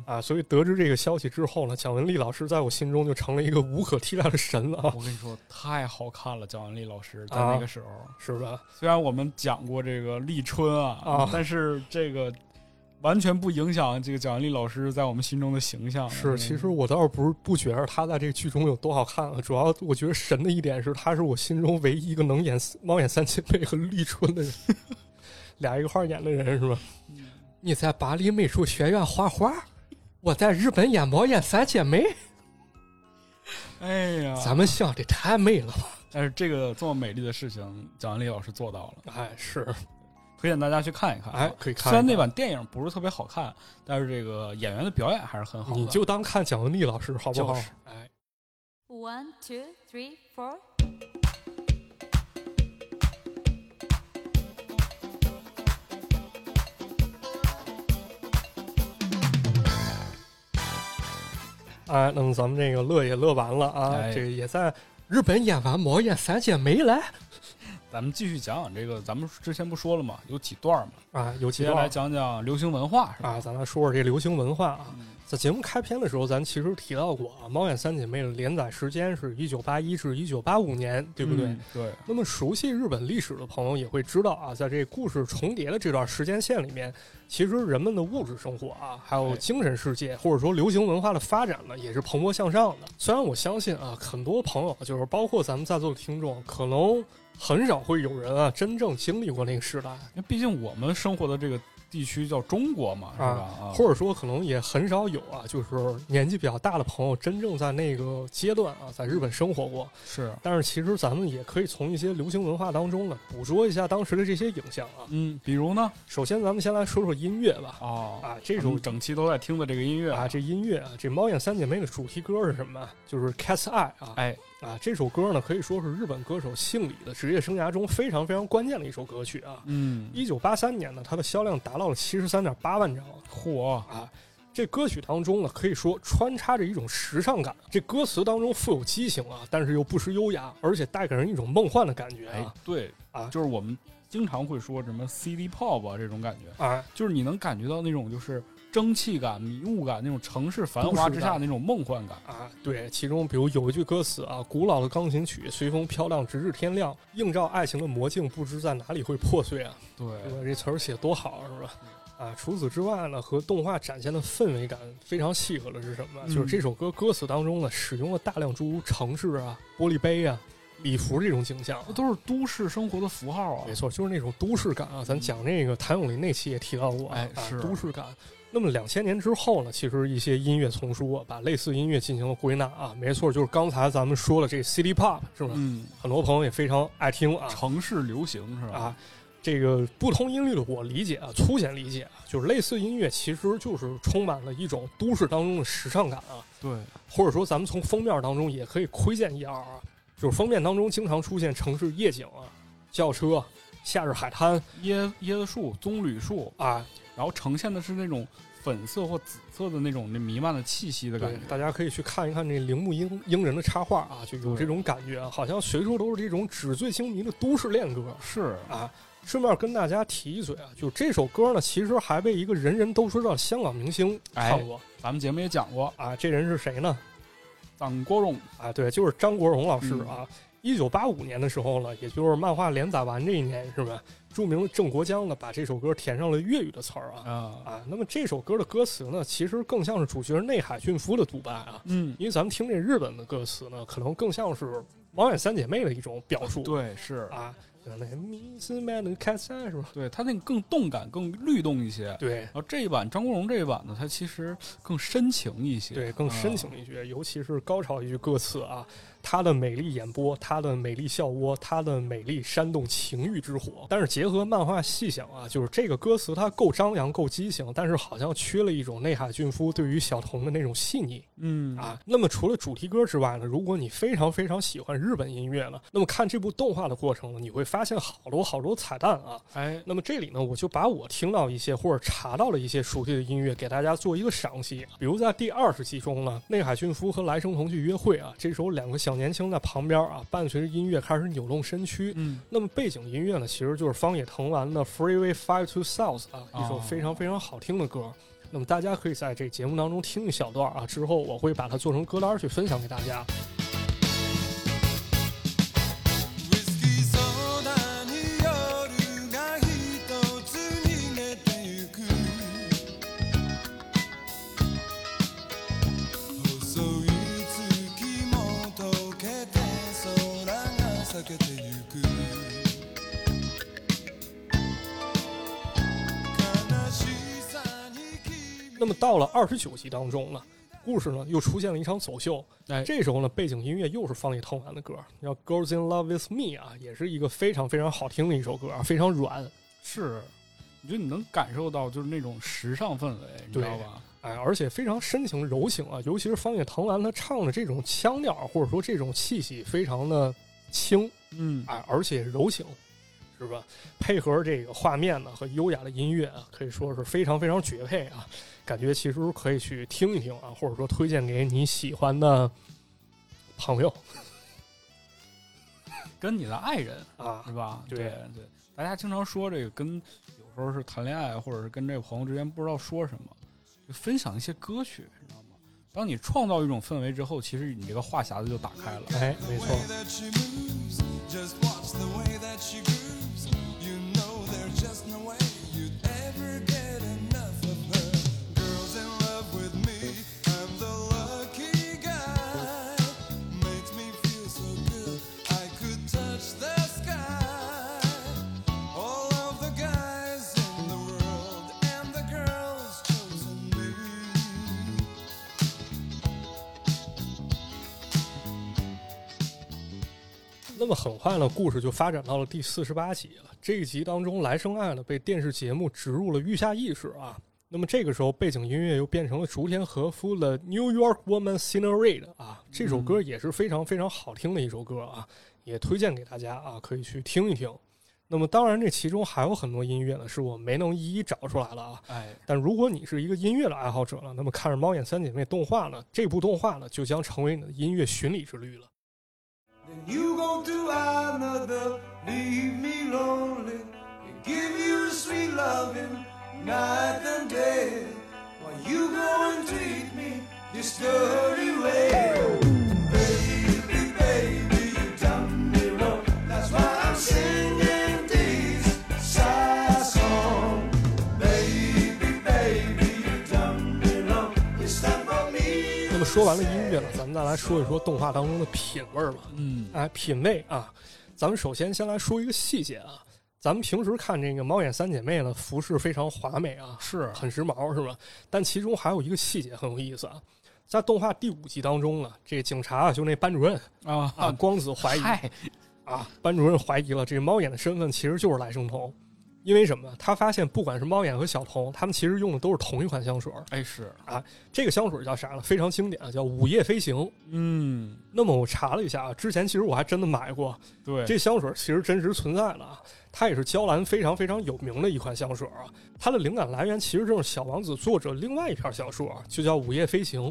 Speaker 2: 啊！所以得知这个消息之后呢，蒋雯丽老师在我心中就成了一个无可替代的神啊，
Speaker 1: 我跟你说太好看了，蒋雯丽老师在
Speaker 2: 啊
Speaker 1: 那个时候，
Speaker 2: 是吧？
Speaker 1: 虽然我们讲过这个立春啊，
Speaker 2: 啊
Speaker 1: 但是这个完全不影响这个蒋雯丽老师在我们心中的形象。
Speaker 2: 是，
Speaker 1: 嗯
Speaker 2: 其实我倒是不是不觉得她在这个剧中有多好看啊，主要我觉得神的一点是，她是我心中唯一一个能演猫眼三姐妹和立春的人，俩一块儿演的人是吧？你在巴黎美术学院画画，我在日本演猫眼三姐妹，
Speaker 1: 哎呀，
Speaker 2: 咱们想的太美了吧？
Speaker 1: 但是这个这么美丽的事情，蒋雯丽老师做到了，
Speaker 2: 哎，是，
Speaker 1: 推荐大家去看一看啊。
Speaker 2: 哎，可以看一看。
Speaker 1: 虽然那版电影不是特别好看，但是这个演员的表演还是
Speaker 2: 嗯
Speaker 1: 很好的。
Speaker 2: 你就当看蒋雯丽老师好不好？
Speaker 1: 就是
Speaker 2: 哎，
Speaker 3: One, two, three, four.
Speaker 2: 哎，那么咱们这个乐也乐完了啊，
Speaker 1: 哎
Speaker 2: 这个也在日本演完，毛演三姐没来
Speaker 1: 咱们继续讲讲这个，咱们之前不说了嘛，有几段嘛，
Speaker 2: 啊，有
Speaker 1: 接
Speaker 2: 其
Speaker 1: 下来讲讲流行文化是吧？
Speaker 2: 啊，咱来说说这个流行文化啊。
Speaker 1: 嗯
Speaker 2: 在节目开篇的时候，咱其实提到过啊，《猫眼三姐妹》的连载时间是一九八一至一九八五年，对不对？
Speaker 1: 嗯？对，
Speaker 2: 那么熟悉日本历史的朋友也会知道啊，在这故事重叠的这段时间线里面，其实人们的物质生活啊，还有
Speaker 1: 对
Speaker 2: 精神世界，或者说流行文化的发展呢，也是蓬勃向上的。虽然我相信啊，很多朋友就是包括咱们在座的听众，可能很少会有人啊真正经历过那个时代，
Speaker 1: 因为毕竟我们生活的这个地区叫中国嘛，是吧？啊，
Speaker 2: 或者说可能也很少有啊，就是年纪比较大的朋友真正在那个阶段啊，在日本生活过。
Speaker 1: 是，
Speaker 2: 但是其实咱们也可以从一些流行文化当中呢，捕捉一下当时的这些影像啊。
Speaker 1: 嗯，比如呢，
Speaker 2: 首先，咱们先来说说音乐吧。
Speaker 1: 哦，
Speaker 2: 啊，这
Speaker 1: 这
Speaker 2: 首
Speaker 1: 种整期都在听的这个音乐
Speaker 2: 啊，，这音乐啊，这《猫眼三姐妹》的主题歌是什么啊？就是《Cat's Eye》啊。
Speaker 1: 哎
Speaker 2: 啊，这首歌呢，可以说是日本歌手姓李的职业生涯中非常非常关键的一首歌曲啊。
Speaker 1: 嗯，
Speaker 2: 一九八三年呢，它的销量达到了七十三点八万张
Speaker 1: 嚯，
Speaker 2: 啊。这歌曲当中呢，可以说穿插着一种时尚感，这歌词当中富有激情啊，但是又不失优雅，而且带给人一种梦幻的感觉
Speaker 1: 哎
Speaker 2: 啊。，
Speaker 1: 对
Speaker 2: 啊
Speaker 1: 就是我们经常会说什么 CD pop 啊这种感觉，
Speaker 2: 啊，
Speaker 1: 就是你能感觉到那种就是蒸汽感、迷雾感，那种城市繁华之下那种梦幻感。
Speaker 2: 啊，对，其中比如有一句歌词啊，“古老的钢琴曲随风飘荡，直至天亮，映照爱情的魔镜，不知在哪里会破碎啊。”
Speaker 1: 对
Speaker 2: 对吧？这词儿写多好，是吧？啊，除此之外呢，和动画展现的氛围感非常契合的是什么？
Speaker 1: 嗯
Speaker 2: 就是这首歌歌词当中呢，使用了大量诸如城市啊、玻璃杯啊、礼服这种景象啊。
Speaker 1: 那都是都市生活的符号啊
Speaker 2: 没。错，就是那种都市感啊。咱讲那个谭咏麟那期也提到过啊，
Speaker 1: 哎
Speaker 2: 啊
Speaker 1: 是
Speaker 2: 都市感。那么两千年之后呢，其实一些音乐丛书啊，把类似音乐进行了归纳啊。没错，就是刚才咱们说的这 City Pop，是吧？
Speaker 1: 嗯，
Speaker 2: 很多朋友也非常爱听啊
Speaker 1: 城市流行是吧？
Speaker 2: 啊。这个不同音律的我理解啊，粗浅理解啊，就是类似音乐其实就是充满了一种都市当中的时尚感啊，
Speaker 1: 对，
Speaker 2: 或者说咱们从封面当中也可以窥见一二啊，就是封面当中经常出现城市夜景啊、轿车、夏日海滩
Speaker 1: 椰椰子树、棕榈树，
Speaker 2: 啊，
Speaker 1: 然后呈现的是那种粉色或紫色的那种那弥漫的气息的感
Speaker 2: 对，
Speaker 1: 觉。
Speaker 2: 大家可以去看一看这铃木英英人的插画啊，就有
Speaker 1: 对
Speaker 2: 这种感觉，好像随处都是这种纸醉金迷的都市恋歌
Speaker 1: 是，
Speaker 2: 啊。顺便跟大家提一嘴啊，就这首歌呢，其实还被一个人人都知道的香港明星
Speaker 1: 哎
Speaker 2: 唱过、
Speaker 1: 咱们节目也讲过，
Speaker 2: 啊。这人是谁呢？
Speaker 1: 张国荣，
Speaker 2: 啊，对，就是张国荣老师
Speaker 1: 嗯
Speaker 2: 啊。一九八五年的时候呢，也就是漫画连载完这一年，是吧？著名的郑国江呢，把这首歌填上了粤语的词儿啊
Speaker 1: 啊，
Speaker 2: 啊。那么这首歌的歌词呢，其实更像是主角内海俊夫的独白啊。
Speaker 1: 嗯，
Speaker 2: 因为咱们听这日本的歌词呢，可能更像是毛眼三姐妹的一种表述。
Speaker 1: 对，是，
Speaker 2: 啊，就那 Miss Man 的开塞是吧？
Speaker 1: 对他那个更动感、更律动一些。
Speaker 2: 对
Speaker 1: 然后这一版张国荣这一版呢，它其实更深情一些。啊
Speaker 2: 对，更啊深情一些，尤其是高潮一句歌词啊，她的美丽眼波，她的美丽笑窝，她的美丽煽动情欲之火。但是结合漫画细想啊，就是这个歌词它够张扬、够激情，但是好像缺了一种内海俊夫对于小童的那种细腻。
Speaker 1: 嗯
Speaker 2: 啊，那么除了主题歌之外呢，如果你非常非常喜欢日本音乐呢，那么看这部动画的过程呢，你会发现好多好多彩蛋啊。
Speaker 1: 哎，
Speaker 2: 那么这里呢，我就把我听到一些或者查到了一些熟悉的音乐给大家做一个赏析。比如在第二十集中呢，内海俊夫和来生童去约会啊，这时候两个小年轻在旁边啊，伴随着音乐开始扭动身躯。
Speaker 1: 嗯，
Speaker 2: 那么背景音乐呢，其实就是方野藤丸的《Freeway Five to South》啊，一首
Speaker 1: 哦
Speaker 2: 非常非常好听的歌。那么大家可以在这节目当中听一小段啊，之后我会把它做成歌单去分享给大家。
Speaker 5: ウイスキーソーダに夜がひとつ逃げてゆく細い月も溶けて空が裂けてゆく悲しさに君
Speaker 2: 那么到了二十九集当中呢，故事呢又出现了一场走秀。
Speaker 1: 哎
Speaker 2: 这时候呢，背景音乐又是方力腾完的歌，叫《Girls in Love with Me》啊，也是一个非常非常好听的一首歌，啊，非常软。
Speaker 1: 是，你觉得你能感受到就是那种时尚氛围，你知道
Speaker 2: 对
Speaker 1: 吧？
Speaker 2: 哎，而且非常深情柔情啊，尤其是方野藤兰，他唱的这种腔啊调或者说这种气息非常的轻，
Speaker 1: 嗯，
Speaker 2: 啊哎，而且柔情，是吧？配合这个画面呢和优雅的音乐啊，可以说是非常非常绝配啊！感觉其实可以去听一听啊，或者说推荐给你喜欢的朋友
Speaker 1: 跟你的爱人
Speaker 2: 啊
Speaker 1: 是。吧？
Speaker 2: 对
Speaker 1: 对对，大家经常说这个跟有时候是谈恋爱，或者是跟这个朋友之间不知道说什么，就分享一些歌曲，你知道吗？当你创造一种氛围之后，其实你这个话匣子就打开了。
Speaker 2: 哎，没错，
Speaker 5: way that she moves. Just watch the way that she grooves. You know there's just no way you'd ever get enough of her. Girls in love with me. I'm the lucky guy. Makes me feel so good. I could touch the sky. All of the guys in the world and the girls chosen me.
Speaker 2: 那么很快呢，故事就发展到了第四十八集了。这一集当中，来生爱呢被电视节目植入了月下意识啊。那么这个时候，背景音乐又变成了竹田和夫的《New York Woman Scenery》啊，这首歌也是非常非常好听的一首歌啊，也推荐给大家啊，可以去听一听。那么当然，这其中还有很多音乐呢，是我没能一一找出来了啊。
Speaker 1: 哎，
Speaker 2: 但如果你是一个音乐的爱好者呢，那么看着《猫眼三姐妹》动画呢，这部动画呢就将成为你的音乐巡礼之旅了。
Speaker 5: Then you go to another, leave me lonely. And give you sweet loving, night and day. While you go and treat me this dirty way. Baby, baby, you done me wrong. That's why I'm singing these sad songs. Baby, baby, you done me wrong. It's time for me.
Speaker 2: 那么说完了音乐呢，咱们再来说一说动画当中的品味儿吧。
Speaker 1: 嗯，
Speaker 2: 哎，品味啊，咱们首先先来说一个细节啊。咱们平时看这个《猫眼三姐妹》呢，服饰非常华美啊，
Speaker 1: 是
Speaker 2: 很时髦，是吧？但其中还有一个细节很有意思啊，在动画第五集当中呢，这警察啊，就那班主任
Speaker 1: 啊
Speaker 2: 啊，光子怀疑
Speaker 4: 嗨，
Speaker 2: 啊，班主任怀疑了这个猫眼的身份其实就是来生童，因为什么？他发现不管是猫眼和小童，他们其实用的都是同一款香水儿。
Speaker 1: 哎是，
Speaker 2: 这个香水儿叫啥呢？非常经典啊，叫午夜飞行。
Speaker 1: 嗯，
Speaker 2: 那么我查了一下啊，之前其实我还真的买过
Speaker 1: 对，
Speaker 2: 这香水，其实真实存在的啊。它也是娇兰非常非常有名的一款香水啊。它的灵感来源其实就是《小王子》作者另外一篇小说啊，就叫《午夜飞行》。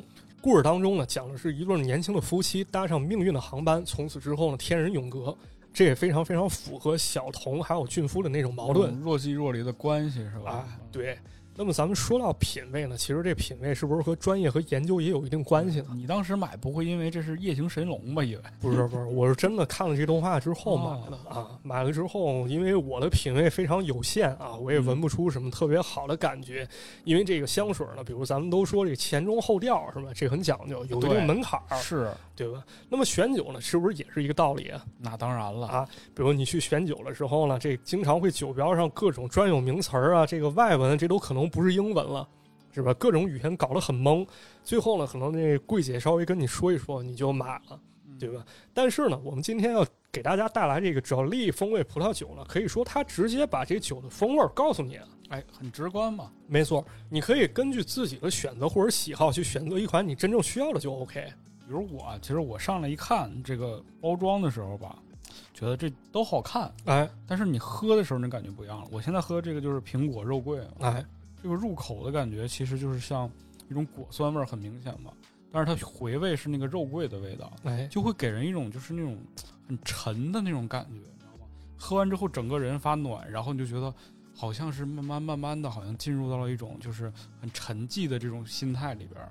Speaker 2: 故事当中呢，讲的是一对年轻的夫妻搭上命运的航班，从此之后呢，天人永隔。这也非常非常符合小童还有俊夫的那种矛盾
Speaker 1: 若即若离的关系是吧？
Speaker 2: 啊。对，那么咱们说到品味呢，其实这品味是不是和专业和研究也有一定关系呢？
Speaker 1: 嗯你当时买不会因为这是夜行神龙吧？以为
Speaker 2: 不是不是，我是真的看了这动画之后买的、
Speaker 1: 哦
Speaker 2: 啊，买了之后，因为我的品味非常有限啊，
Speaker 1: 嗯
Speaker 2: 我也闻不出什么特别好的感觉。因为这个香水呢，比如咱们都说这前中后调是吧？这很讲究，有一
Speaker 1: 对
Speaker 2: 定门槛儿，
Speaker 1: 是，
Speaker 2: 对吧？那么选酒呢，是不是也是一个道理啊？
Speaker 1: 那当然了，
Speaker 2: 啊比如你去选酒的时候呢，这经常会酒标上各种专有名词儿啊，这个外文这都可能不是英文了，是吧？各种语言搞得很懵，最后呢，可能这柜姐稍微跟你说一说，你就买了，对吧？但是呢，我们今天要给大家带来这个 Jolly 风味葡萄酒呢，可以说它直接把这酒的风味儿告诉你了。
Speaker 1: 哎，很直观嘛，
Speaker 2: 没错，你可以根据自己的选择或者喜好去选择一款你真正需要的就 OK。
Speaker 1: 比如我，其实我上来一看这个包装的时候吧，觉得这都好看，
Speaker 2: 哎
Speaker 1: 但是你喝的时候那感觉不一样了。我现在喝这个就是苹果肉桂嘛，
Speaker 2: 哎，
Speaker 1: 这个入口的感觉其实就是像一种果酸味儿很明显嘛，但是它回味是那个肉桂的味道，
Speaker 2: 哎，
Speaker 1: 就会给人一种就是那种很沉的那种感觉，你知道吗？喝完之后整个人发暖，然后你就觉得好像是慢慢慢慢的，好像进入到了一种就是很沉寂的这种心态里边儿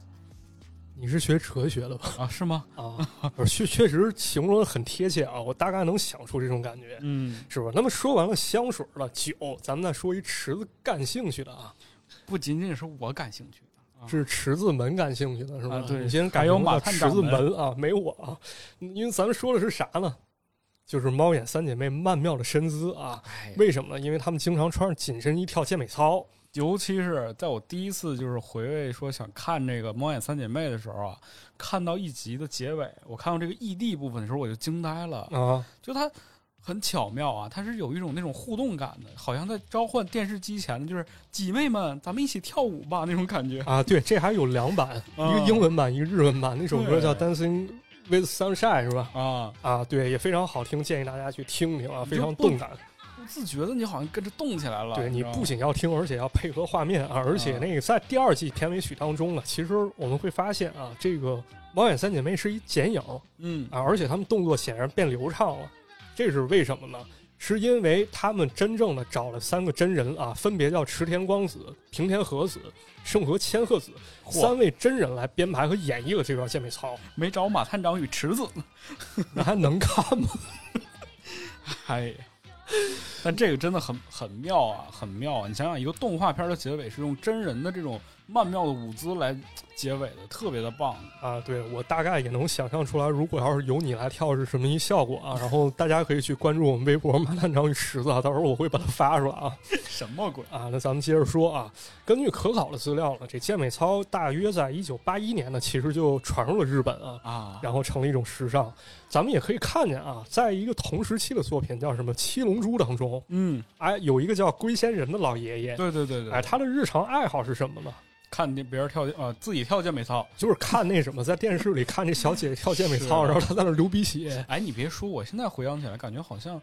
Speaker 2: 你是学哲学的吧？
Speaker 1: 啊，是吗？
Speaker 2: <laughs> 啊，不是确确实形容的很贴切啊，我大概能想出这种感觉，
Speaker 1: 嗯，
Speaker 2: 是吧？那么说完了香水了，酒，咱们再说一池子感兴趣的啊，
Speaker 1: 不仅仅是我感兴趣啊
Speaker 2: 是池子门感兴趣的是吧？
Speaker 1: 啊对
Speaker 2: 你先改
Speaker 1: 还有
Speaker 2: 名叫
Speaker 1: 马探
Speaker 2: 池
Speaker 1: 长
Speaker 2: 子
Speaker 1: 门
Speaker 2: 门啊，没我啊，因为咱们说的是啥呢？就是猫眼三姐妹曼妙的身姿啊，
Speaker 1: 哎，
Speaker 2: 为什么呢？因为她们经常穿着紧身衣跳健美操，
Speaker 1: 尤其是在我第一次就是回味说想看这个《猫眼三姐妹》的时候啊，看到一集的结尾，我看到这个异地部分的时候，我就惊呆了，
Speaker 2: 啊，
Speaker 1: 就它很巧妙啊，它是有一种那种互动感的，好像在召唤电视机前的，就是姐妹们，咱们一起跳舞吧那种感觉。
Speaker 2: 啊，对，这还有两版，
Speaker 1: 啊
Speaker 2: 一个英文版，一个日文版。那首歌
Speaker 1: 对
Speaker 2: 叫《Dancing with Sunshine》，是吧？
Speaker 1: 啊，
Speaker 2: 啊，对，也非常好听，建议大家去听听啊，
Speaker 1: 你
Speaker 2: 非
Speaker 1: 就
Speaker 2: 常
Speaker 1: 不
Speaker 2: 动感。
Speaker 1: 不自觉的你好像跟着动起来了。
Speaker 2: 对
Speaker 1: 你
Speaker 2: 你
Speaker 1: 知道吗
Speaker 2: 不仅要听，而且要配合画面啊！而且
Speaker 1: 嗯
Speaker 2: 那个在第二季片尾曲当中啊，其实我们会发现啊，这个猫眼三姐妹是一剪影啊，
Speaker 1: 嗯
Speaker 2: 而且她们动作显然变流畅了，这是为什么呢？是因为他们真正的找了三个真人啊，分别叫池田光子、平田和子、盛和千鹤子
Speaker 1: 嚯
Speaker 2: 三位真人来编排和演绎了这段健美操，
Speaker 1: 没找马探长与池子，
Speaker 2: 那还能看吗？
Speaker 1: <laughs> 哎，但这个真的很很妙啊，很妙啊！你想想，一个动画片的结尾是用真人的这种曼妙的舞姿来结尾的，特别的棒。
Speaker 2: 啊，对我大概也能想象出来，如果要是由你来跳是什么一效果啊。然后大家可以去关注我们微博“马探长与池子”啊，到时候我会把它发出来啊。
Speaker 1: 什么鬼？
Speaker 2: 啊，那咱们接着说啊，根据可考的资料呢，这健美操大约在一九八一年呢，其实就传入了日本啊，
Speaker 1: 啊，
Speaker 2: 然后成了一种时尚。咱们也可以看见啊，在一个同时期的作品叫什么《七龙珠》当中，
Speaker 1: 嗯，
Speaker 2: 哎，有一个叫龟仙人的老爷爷，
Speaker 1: 对对对对，
Speaker 2: 哎，他的日常爱好是什么呢？
Speaker 1: 看见别人跳呃自己跳健美操，
Speaker 2: 就是看那什么，在电视里看这小姐姐跳健美操，
Speaker 1: 是啊
Speaker 2: 然后她在那儿流鼻血。
Speaker 1: 哎，你别说，我现在回想起来，感觉好像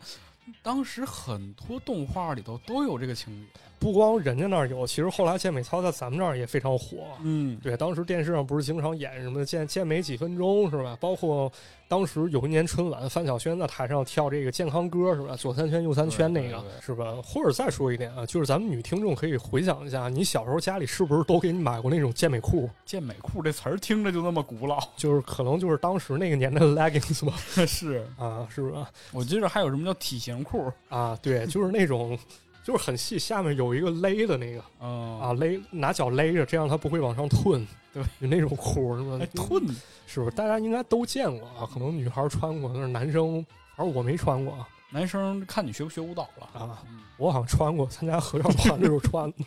Speaker 1: 当时很多动画里头都有这个情节。
Speaker 2: 不光人家那儿有，其实后来健美操在咱们这儿也非常火。
Speaker 1: 嗯，
Speaker 2: 对，当时电视上不是经常演什么健健美几分钟是吧？包括当时有一年春晚，范晓萱在台上跳这个健康歌是吧？左三圈右三圈那个
Speaker 1: 对对对
Speaker 2: 是吧？或者再说一点啊，就是咱们女听众可以回想一下，你小时候家里是不是都给你买过那种健美裤？
Speaker 1: 健美裤这词儿听着就那么古老，
Speaker 2: 就是可能就是当时那个年代的 leggings 吧？
Speaker 1: <laughs> 是
Speaker 2: 啊，是吧？
Speaker 1: 我记着还有什么叫体型裤，
Speaker 2: 啊，对，就是那种。就是很细，下面有一个勒的那个
Speaker 1: 嗯
Speaker 2: 啊，，勒拿脚勒着，这样它不会往上 <laughs> 吞。
Speaker 1: 对，
Speaker 2: 有那种裤是吧
Speaker 1: 哎？吞，
Speaker 2: 是不是？大家应该都见过啊，可能女孩穿过，但是男生，反正我没穿过啊，
Speaker 1: 男生看你学不学舞蹈了
Speaker 2: 啊
Speaker 1: 嗯
Speaker 2: <laughs> 我好像穿过，参加合唱团的时候穿 <laughs> 的，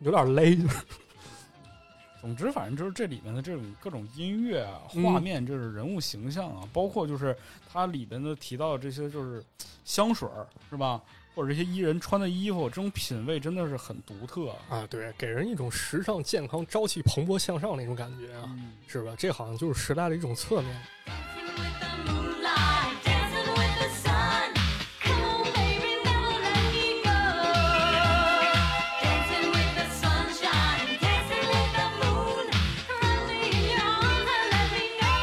Speaker 2: 有点勒，就是
Speaker 1: 总之，反正就是这里面的这种各种音乐啊、
Speaker 2: 嗯
Speaker 1: 画面，就是人物形象啊，包括就是它里边的提到的这些，就是香水儿是吧？或者这些艺人穿的衣服，这种品味真的是很独特。
Speaker 2: 啊，对，给人一种时尚、健康、朝气、蓬勃向上那种感觉啊，
Speaker 1: 嗯，
Speaker 2: 是吧？这好像就是时代的一种侧面。
Speaker 3: Dancing with the moonlight, dancing with the sun. Come on, baby, never let me go. Dancing with the sunshine, dancing with the moon. Run me in your arms and let me go.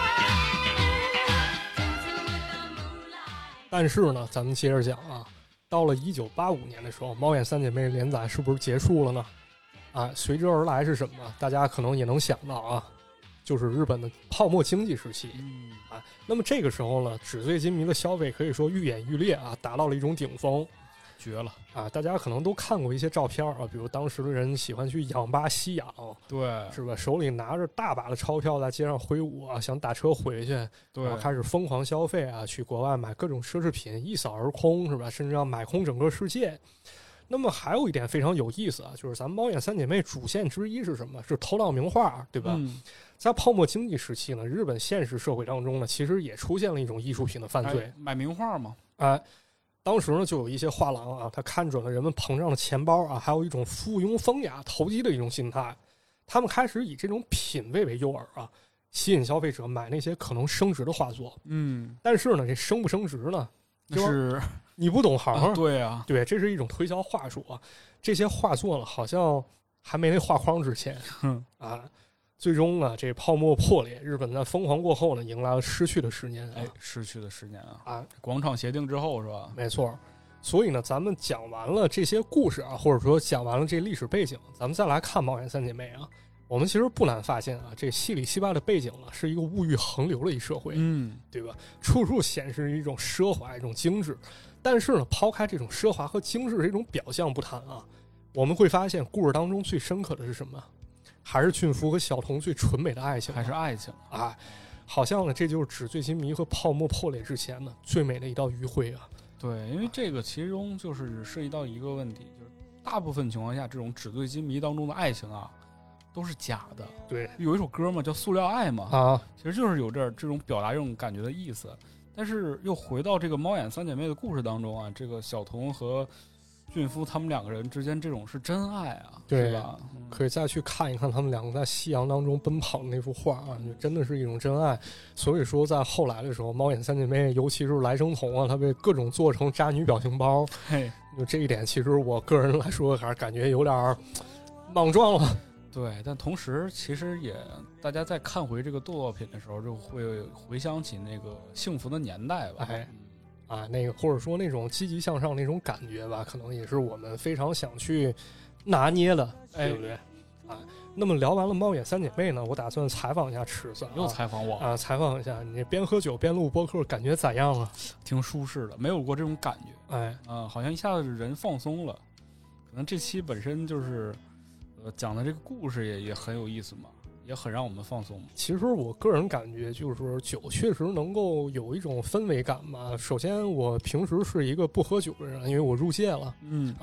Speaker 3: Dancing with the moonlight.
Speaker 2: 但是呢，咱们接着讲啊，到了一九八五年的时候，《猫眼三姐妹》连载是不是结束了呢？啊，随之而来是什么？大家可能也能想到啊，就是日本的泡沫经济时期。
Speaker 1: 嗯
Speaker 2: 啊，那么这个时候呢，纸醉金迷的消费可以说愈演愈烈啊，达到了一种顶峰
Speaker 1: 绝了！
Speaker 2: 啊！大家可能都看过一些照片啊，比如当时的人喜欢去氧吧吸氧，
Speaker 1: 对
Speaker 2: 是吧？手里拿着大把的钞票在街上挥舞啊，想打车回去，
Speaker 1: 对
Speaker 2: 然后，开始疯狂消费啊，去国外买各种奢侈品，一扫而空，是吧？甚至要买空整个世界。那么还有一点非常有意思啊，就是咱们猫眼三姐妹主线之一是什么？是头脑名画，对吧？
Speaker 1: 嗯，
Speaker 2: 在泡沫经济时期呢，日本现实社会当中呢，其实也出现了一种艺术品的犯罪。
Speaker 1: 哎买名画嘛，
Speaker 2: 哎，当时呢，就有一些画廊啊，他看准了人们膨胀的钱包啊，还有一种附庸风雅、投机的一种心态，他们开始以这种品味为诱饵啊，吸引消费者买那些可能升值的画作。
Speaker 1: 嗯，
Speaker 2: 但是呢，这升不升值呢，
Speaker 1: 那是
Speaker 2: 你不懂行、
Speaker 1: 啊，对
Speaker 2: <laughs>
Speaker 1: 啊，
Speaker 2: 对，这是一种推销话术啊。这些画作呢，好像还没那画框值钱
Speaker 1: 哼
Speaker 2: 啊。最终呢，这泡沫破裂，日本在疯狂过后呢，迎来了失去的十年啊。
Speaker 1: 哎，失去的十年啊，
Speaker 2: 啊，
Speaker 1: 广场协定之后是吧？
Speaker 2: 没错。所以呢，咱们讲完了这些故事啊，或者说讲完了这历史背景，咱们再来看《猫眼三姐妹》啊。我们其实不难发现啊，这戏里戏外的背景呢，是一个物欲横流的一社会，
Speaker 1: 嗯，
Speaker 2: 对吧？ <laughs> 处处显示一种奢华、一种精致。但是呢，抛开这种奢华和精致这种表象不谈啊，我们会发现故事当中最深刻的是什么？还是俊夫和小童最纯美的爱情啊，
Speaker 1: 还是爱情，
Speaker 2: 啊？好像呢，这就是纸醉金迷和泡沫破裂之前呢最美的一道余晖啊。
Speaker 1: 对，因为这个其中就是涉及到一个问题，就是大部分情况下，这种纸醉金迷当中的爱情啊，都是假的。
Speaker 2: 对
Speaker 1: 有一首歌嘛，叫《塑料爱》嘛，
Speaker 2: 啊，
Speaker 1: 其实就是有这这种表达这种感觉的意思。但是又回到这个猫眼三姐妹的故事当中啊，这个小童和俊夫他们两个人之间这种是真爱啊，
Speaker 2: 对
Speaker 1: 是吧？
Speaker 2: <laughs>
Speaker 1: 嗯
Speaker 2: 可以再去看一看他们两个在夕阳当中奔跑的那幅画啊，就真的是一种真爱。所以说，在后来的时候，猫眼三姐妹，尤其是来生童啊，她被各种做成渣女表情包，
Speaker 1: 嘿，
Speaker 2: 就这一点，其实我个人来说还是感觉有点儿莽撞了。
Speaker 1: 对。但同时，其实也大家在看回这个作品的时候，就会回想起那个幸福的年代吧。
Speaker 2: 哎啊，那个或者说那种积极向上那种感觉吧，可能也是我们非常想去拿捏的，
Speaker 1: 哎
Speaker 2: 对不对？啊，那么聊完了猫眼三姐妹呢，我打算采访一下池子、啊，
Speaker 1: 嗯又采
Speaker 2: <laughs>
Speaker 1: 访我，
Speaker 2: 啊，采访一下你这边喝酒边录播客，感觉咋样啊？
Speaker 1: 挺舒适的，没有过这种感觉。
Speaker 2: 哎，
Speaker 1: 啊、好像一下子人放松了。可能这期本身就是，呃，讲的这个故事也也很有意思嘛，也很让我们放松嘛。
Speaker 2: 其实我个人感觉就是说酒确实能够有一种氛围感吧。首先，我平时是一个不喝酒的人，因为我入戒了。
Speaker 1: 嗯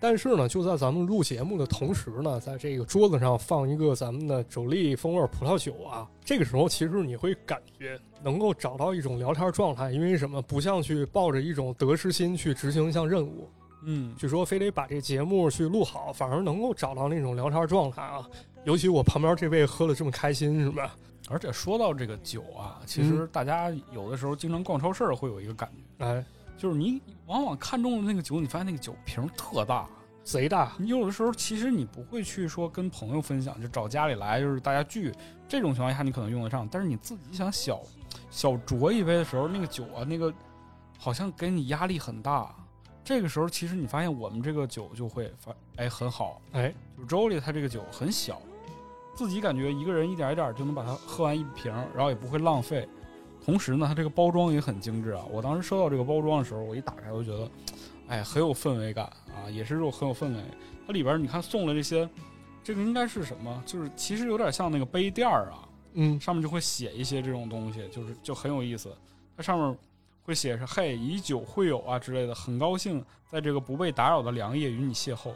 Speaker 2: 但是呢，就在咱们录节目的同时呢，在这个桌子上放一个咱们的肘力风味葡萄酒啊，这个时候其实你会感觉能够找到一种聊天状态，因为什么？不像去抱着一种得失心去执行一项任务，
Speaker 1: 嗯，
Speaker 2: 据说非得把这节目去录好，反而能够找到那种聊天状态啊。尤其我旁边这位喝的这么开心，是吧？
Speaker 1: 而且说到这个酒啊，其实大家有的时候经常逛超市会有一个感觉，
Speaker 2: 哎，
Speaker 1: 就是你往往看中的那个酒，你发现那个酒瓶特大。
Speaker 2: 贼大，
Speaker 1: 你有的时候其实你不会去说跟朋友分享，就找家里来，就是大家聚这种情况下你可能用得上，但是你自己想小小酌一杯的时候，那个酒啊，那个好像给你压力很大。这个时候其实你发现我们这个酒就会发哎很好，
Speaker 2: 哎，
Speaker 1: 就周里它这个酒很小，自己感觉一个人一点一点就能把它喝完一瓶，然后也不会浪费。同时呢，它这个包装也很精致啊。我当时收到这个包装的时候，我一打开我就觉得，哎，很有氛围感啊，也是有很有氛围。它里边你看送了这些，这个应该是什么？就是其实有点像那个杯垫儿啊，
Speaker 2: 嗯，
Speaker 1: 上面就会写一些这种东西，就是就很有意思。它上面会写是“嘿，以酒会友啊”之类的，很高兴在这个不被打扰的良夜与你邂逅，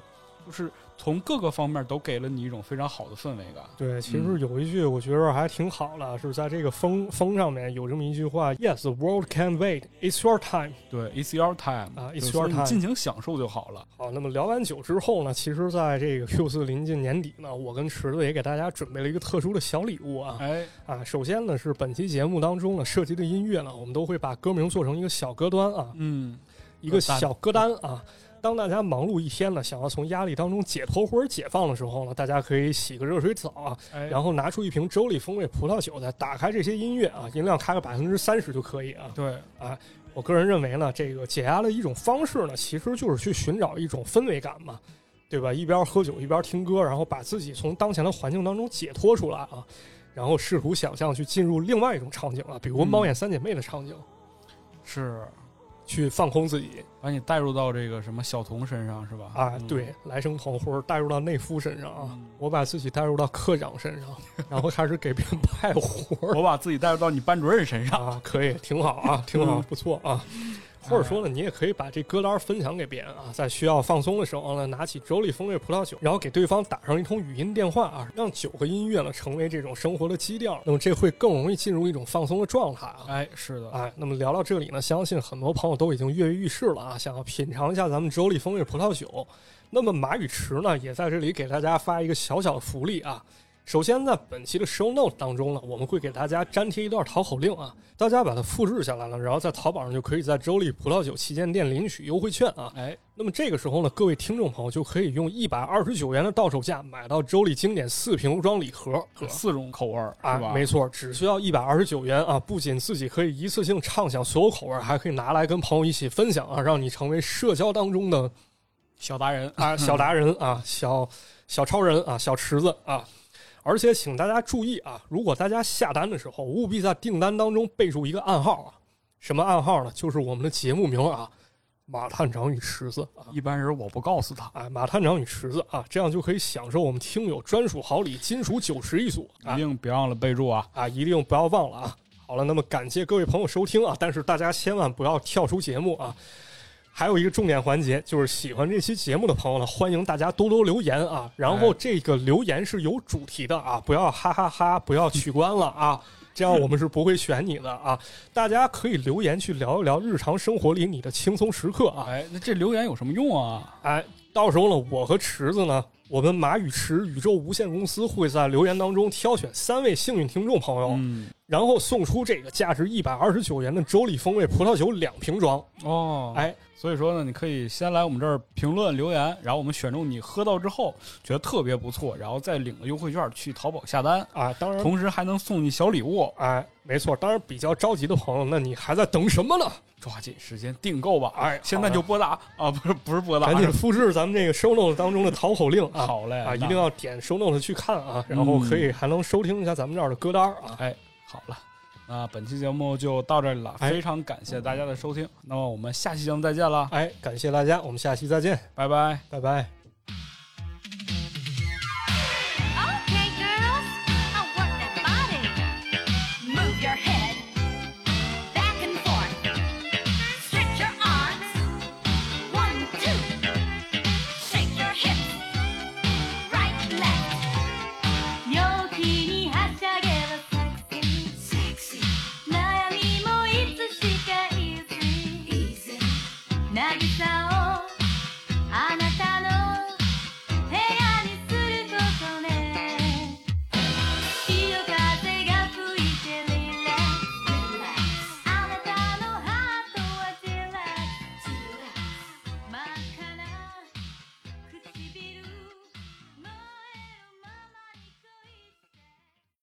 Speaker 1: 就是从各个方面都给了你一种非常好的氛围感。
Speaker 2: 对，其实有一句我觉得还挺好的，是在这个风风上面有这么一句话：Yes, the world can wait, it's your time。
Speaker 1: 对，It's your time
Speaker 2: 啊
Speaker 1: 对
Speaker 2: it's
Speaker 1: 所以
Speaker 2: your
Speaker 1: 你
Speaker 2: time
Speaker 1: 尽情享受就好了。
Speaker 2: 好，那么聊完酒之后呢，其实在这个 Q 四临近年底呢，我跟池子也给大家准备了一个特殊的小礼物啊
Speaker 1: 哎，
Speaker 2: 啊！首先呢是本期节目当中呢涉及的音乐呢，我们都会把歌名做成一个小歌单啊，
Speaker 1: 嗯，
Speaker 2: 一个小歌单啊。当大家忙碌一天呢，想要从压力当中解脱或者解放的时候呢，大家可以洗个热水澡啊，
Speaker 1: 哎，
Speaker 2: 然后拿出一瓶周丽风味葡萄酒，再打开这些音乐啊，音量开个百分之三十就可以啊。
Speaker 1: 对，
Speaker 2: 我个人认为呢，这个解压的一种方式呢，其实就是去寻找一种氛围感嘛，对吧？一边喝酒一边听歌，然后把自己从当前的环境当中解脱出来啊，然后试图想象去进入另外一种场景啊，比如
Speaker 1: 嗯
Speaker 2: 猫眼三姐妹的场景，
Speaker 1: 是
Speaker 2: 去放空自己
Speaker 1: 把你带入到这个什么小童身上是吧？
Speaker 2: 啊，
Speaker 1: 嗯，
Speaker 2: 对，来生童或者带入到内夫身上啊
Speaker 1: 嗯，
Speaker 2: 我把自己带入到科长身上，然后开始给别人派活儿。
Speaker 1: 我把自己带入到你班主任身上。
Speaker 2: 啊，可以，挺好啊，挺好
Speaker 1: 嗯，哎
Speaker 2: 不错啊。或者说呢，你也可以把这歌单分享给别人啊，在需要放松的时候呢，拿起周立风味葡萄酒，然后给对方打上一通语音电话啊，让酒和音乐呢成为这种生活的基调，那么这会更容易进入一种放松的状态啊。
Speaker 1: 哎，是的，
Speaker 2: 哎，那么聊到这里呢，相信很多朋友都已经跃跃欲试了啊，想要品尝一下咱们周立风味葡萄酒。那么马宇池呢，也在这里给大家发一个小小的福利啊。首先，在本期的 show note 当中呢，我们会给大家粘贴一段淘口令啊，大家把它复制下来了，然后在淘宝上就可以在周立葡萄酒旗舰店领取优惠券啊。
Speaker 1: 哎，
Speaker 2: 那么这个时候呢，各位听众朋友就可以用一百二十九元的到手价买到周立经典四瓶装礼盒。
Speaker 1: 四种口味儿是
Speaker 2: 啊
Speaker 1: 吧？，
Speaker 2: 没错，只需要一百二十九元啊！不仅自己可以一次性畅享所有口味儿，还可以拿来跟朋友一起分享啊，让你成为社交当中的
Speaker 1: 小达人 <laughs>
Speaker 2: 啊小达人啊，小小超人啊，小池子啊！而且请大家注意啊，如果大家下单的时候，务必在订单当中备注一个暗号啊，什么暗号呢？就是我们的节目名啊，马探长与池子啊。
Speaker 1: 一般人我不告诉他。
Speaker 2: 啊，马探长与池子啊，这样就可以享受我们听友专属好礼金属九十一组啊
Speaker 1: 一！定别忘了备注啊！
Speaker 2: 啊，一定不要忘了啊！好了，那么感谢各位朋友收听啊，但是大家千万不要跳出节目啊！还有一个重点环节，就是喜欢这期节目的朋友呢，欢迎大家多多留言啊。然后
Speaker 1: 哎
Speaker 2: 这个留言是有主题的啊，不要哈哈哈不要取关了啊，这样我们是不会选你的啊。大家可以留言去聊一聊日常生活里你的轻松时刻啊。
Speaker 1: 哎，那这留言有什么用啊？
Speaker 2: 哎，到时候呢，我和池子呢，我们马宇池宇宙无限公司会在留言当中挑选三位幸运听众朋友，
Speaker 1: 嗯，
Speaker 2: 然后送出这个价值一百二十九元的周礼风味葡萄酒两瓶装。
Speaker 1: 哦，
Speaker 2: 哎，
Speaker 1: 所以说呢，你可以先来我们这儿评论留言，然后我们选中你喝到之后觉得特别不错，然后再领个优惠券去淘宝下单，
Speaker 2: 啊，当然。
Speaker 1: 同时还能送你小礼物，
Speaker 2: 哎，没错，当然比较着急的朋友，那你还在等什么呢？
Speaker 1: 抓紧时间订购吧！
Speaker 2: 哎
Speaker 1: 现在就拨打啊，不是不是拨打，
Speaker 2: 赶紧
Speaker 1: 是
Speaker 2: 复制咱们这个 show note 当中的讨口令啊！
Speaker 1: 好嘞那
Speaker 2: 啊，
Speaker 1: 嗯
Speaker 2: 一定要点 show note 去看啊，然后可以还能收听一下咱们这儿的歌单儿啊。
Speaker 1: 哎，好了，那本期节目就到这里了，
Speaker 2: 哎
Speaker 1: 非常感谢大家的收听，那么我们下期节目再见了，
Speaker 2: 哎，感谢大家，我们下期再见，
Speaker 1: 拜拜。
Speaker 2: 拜拜。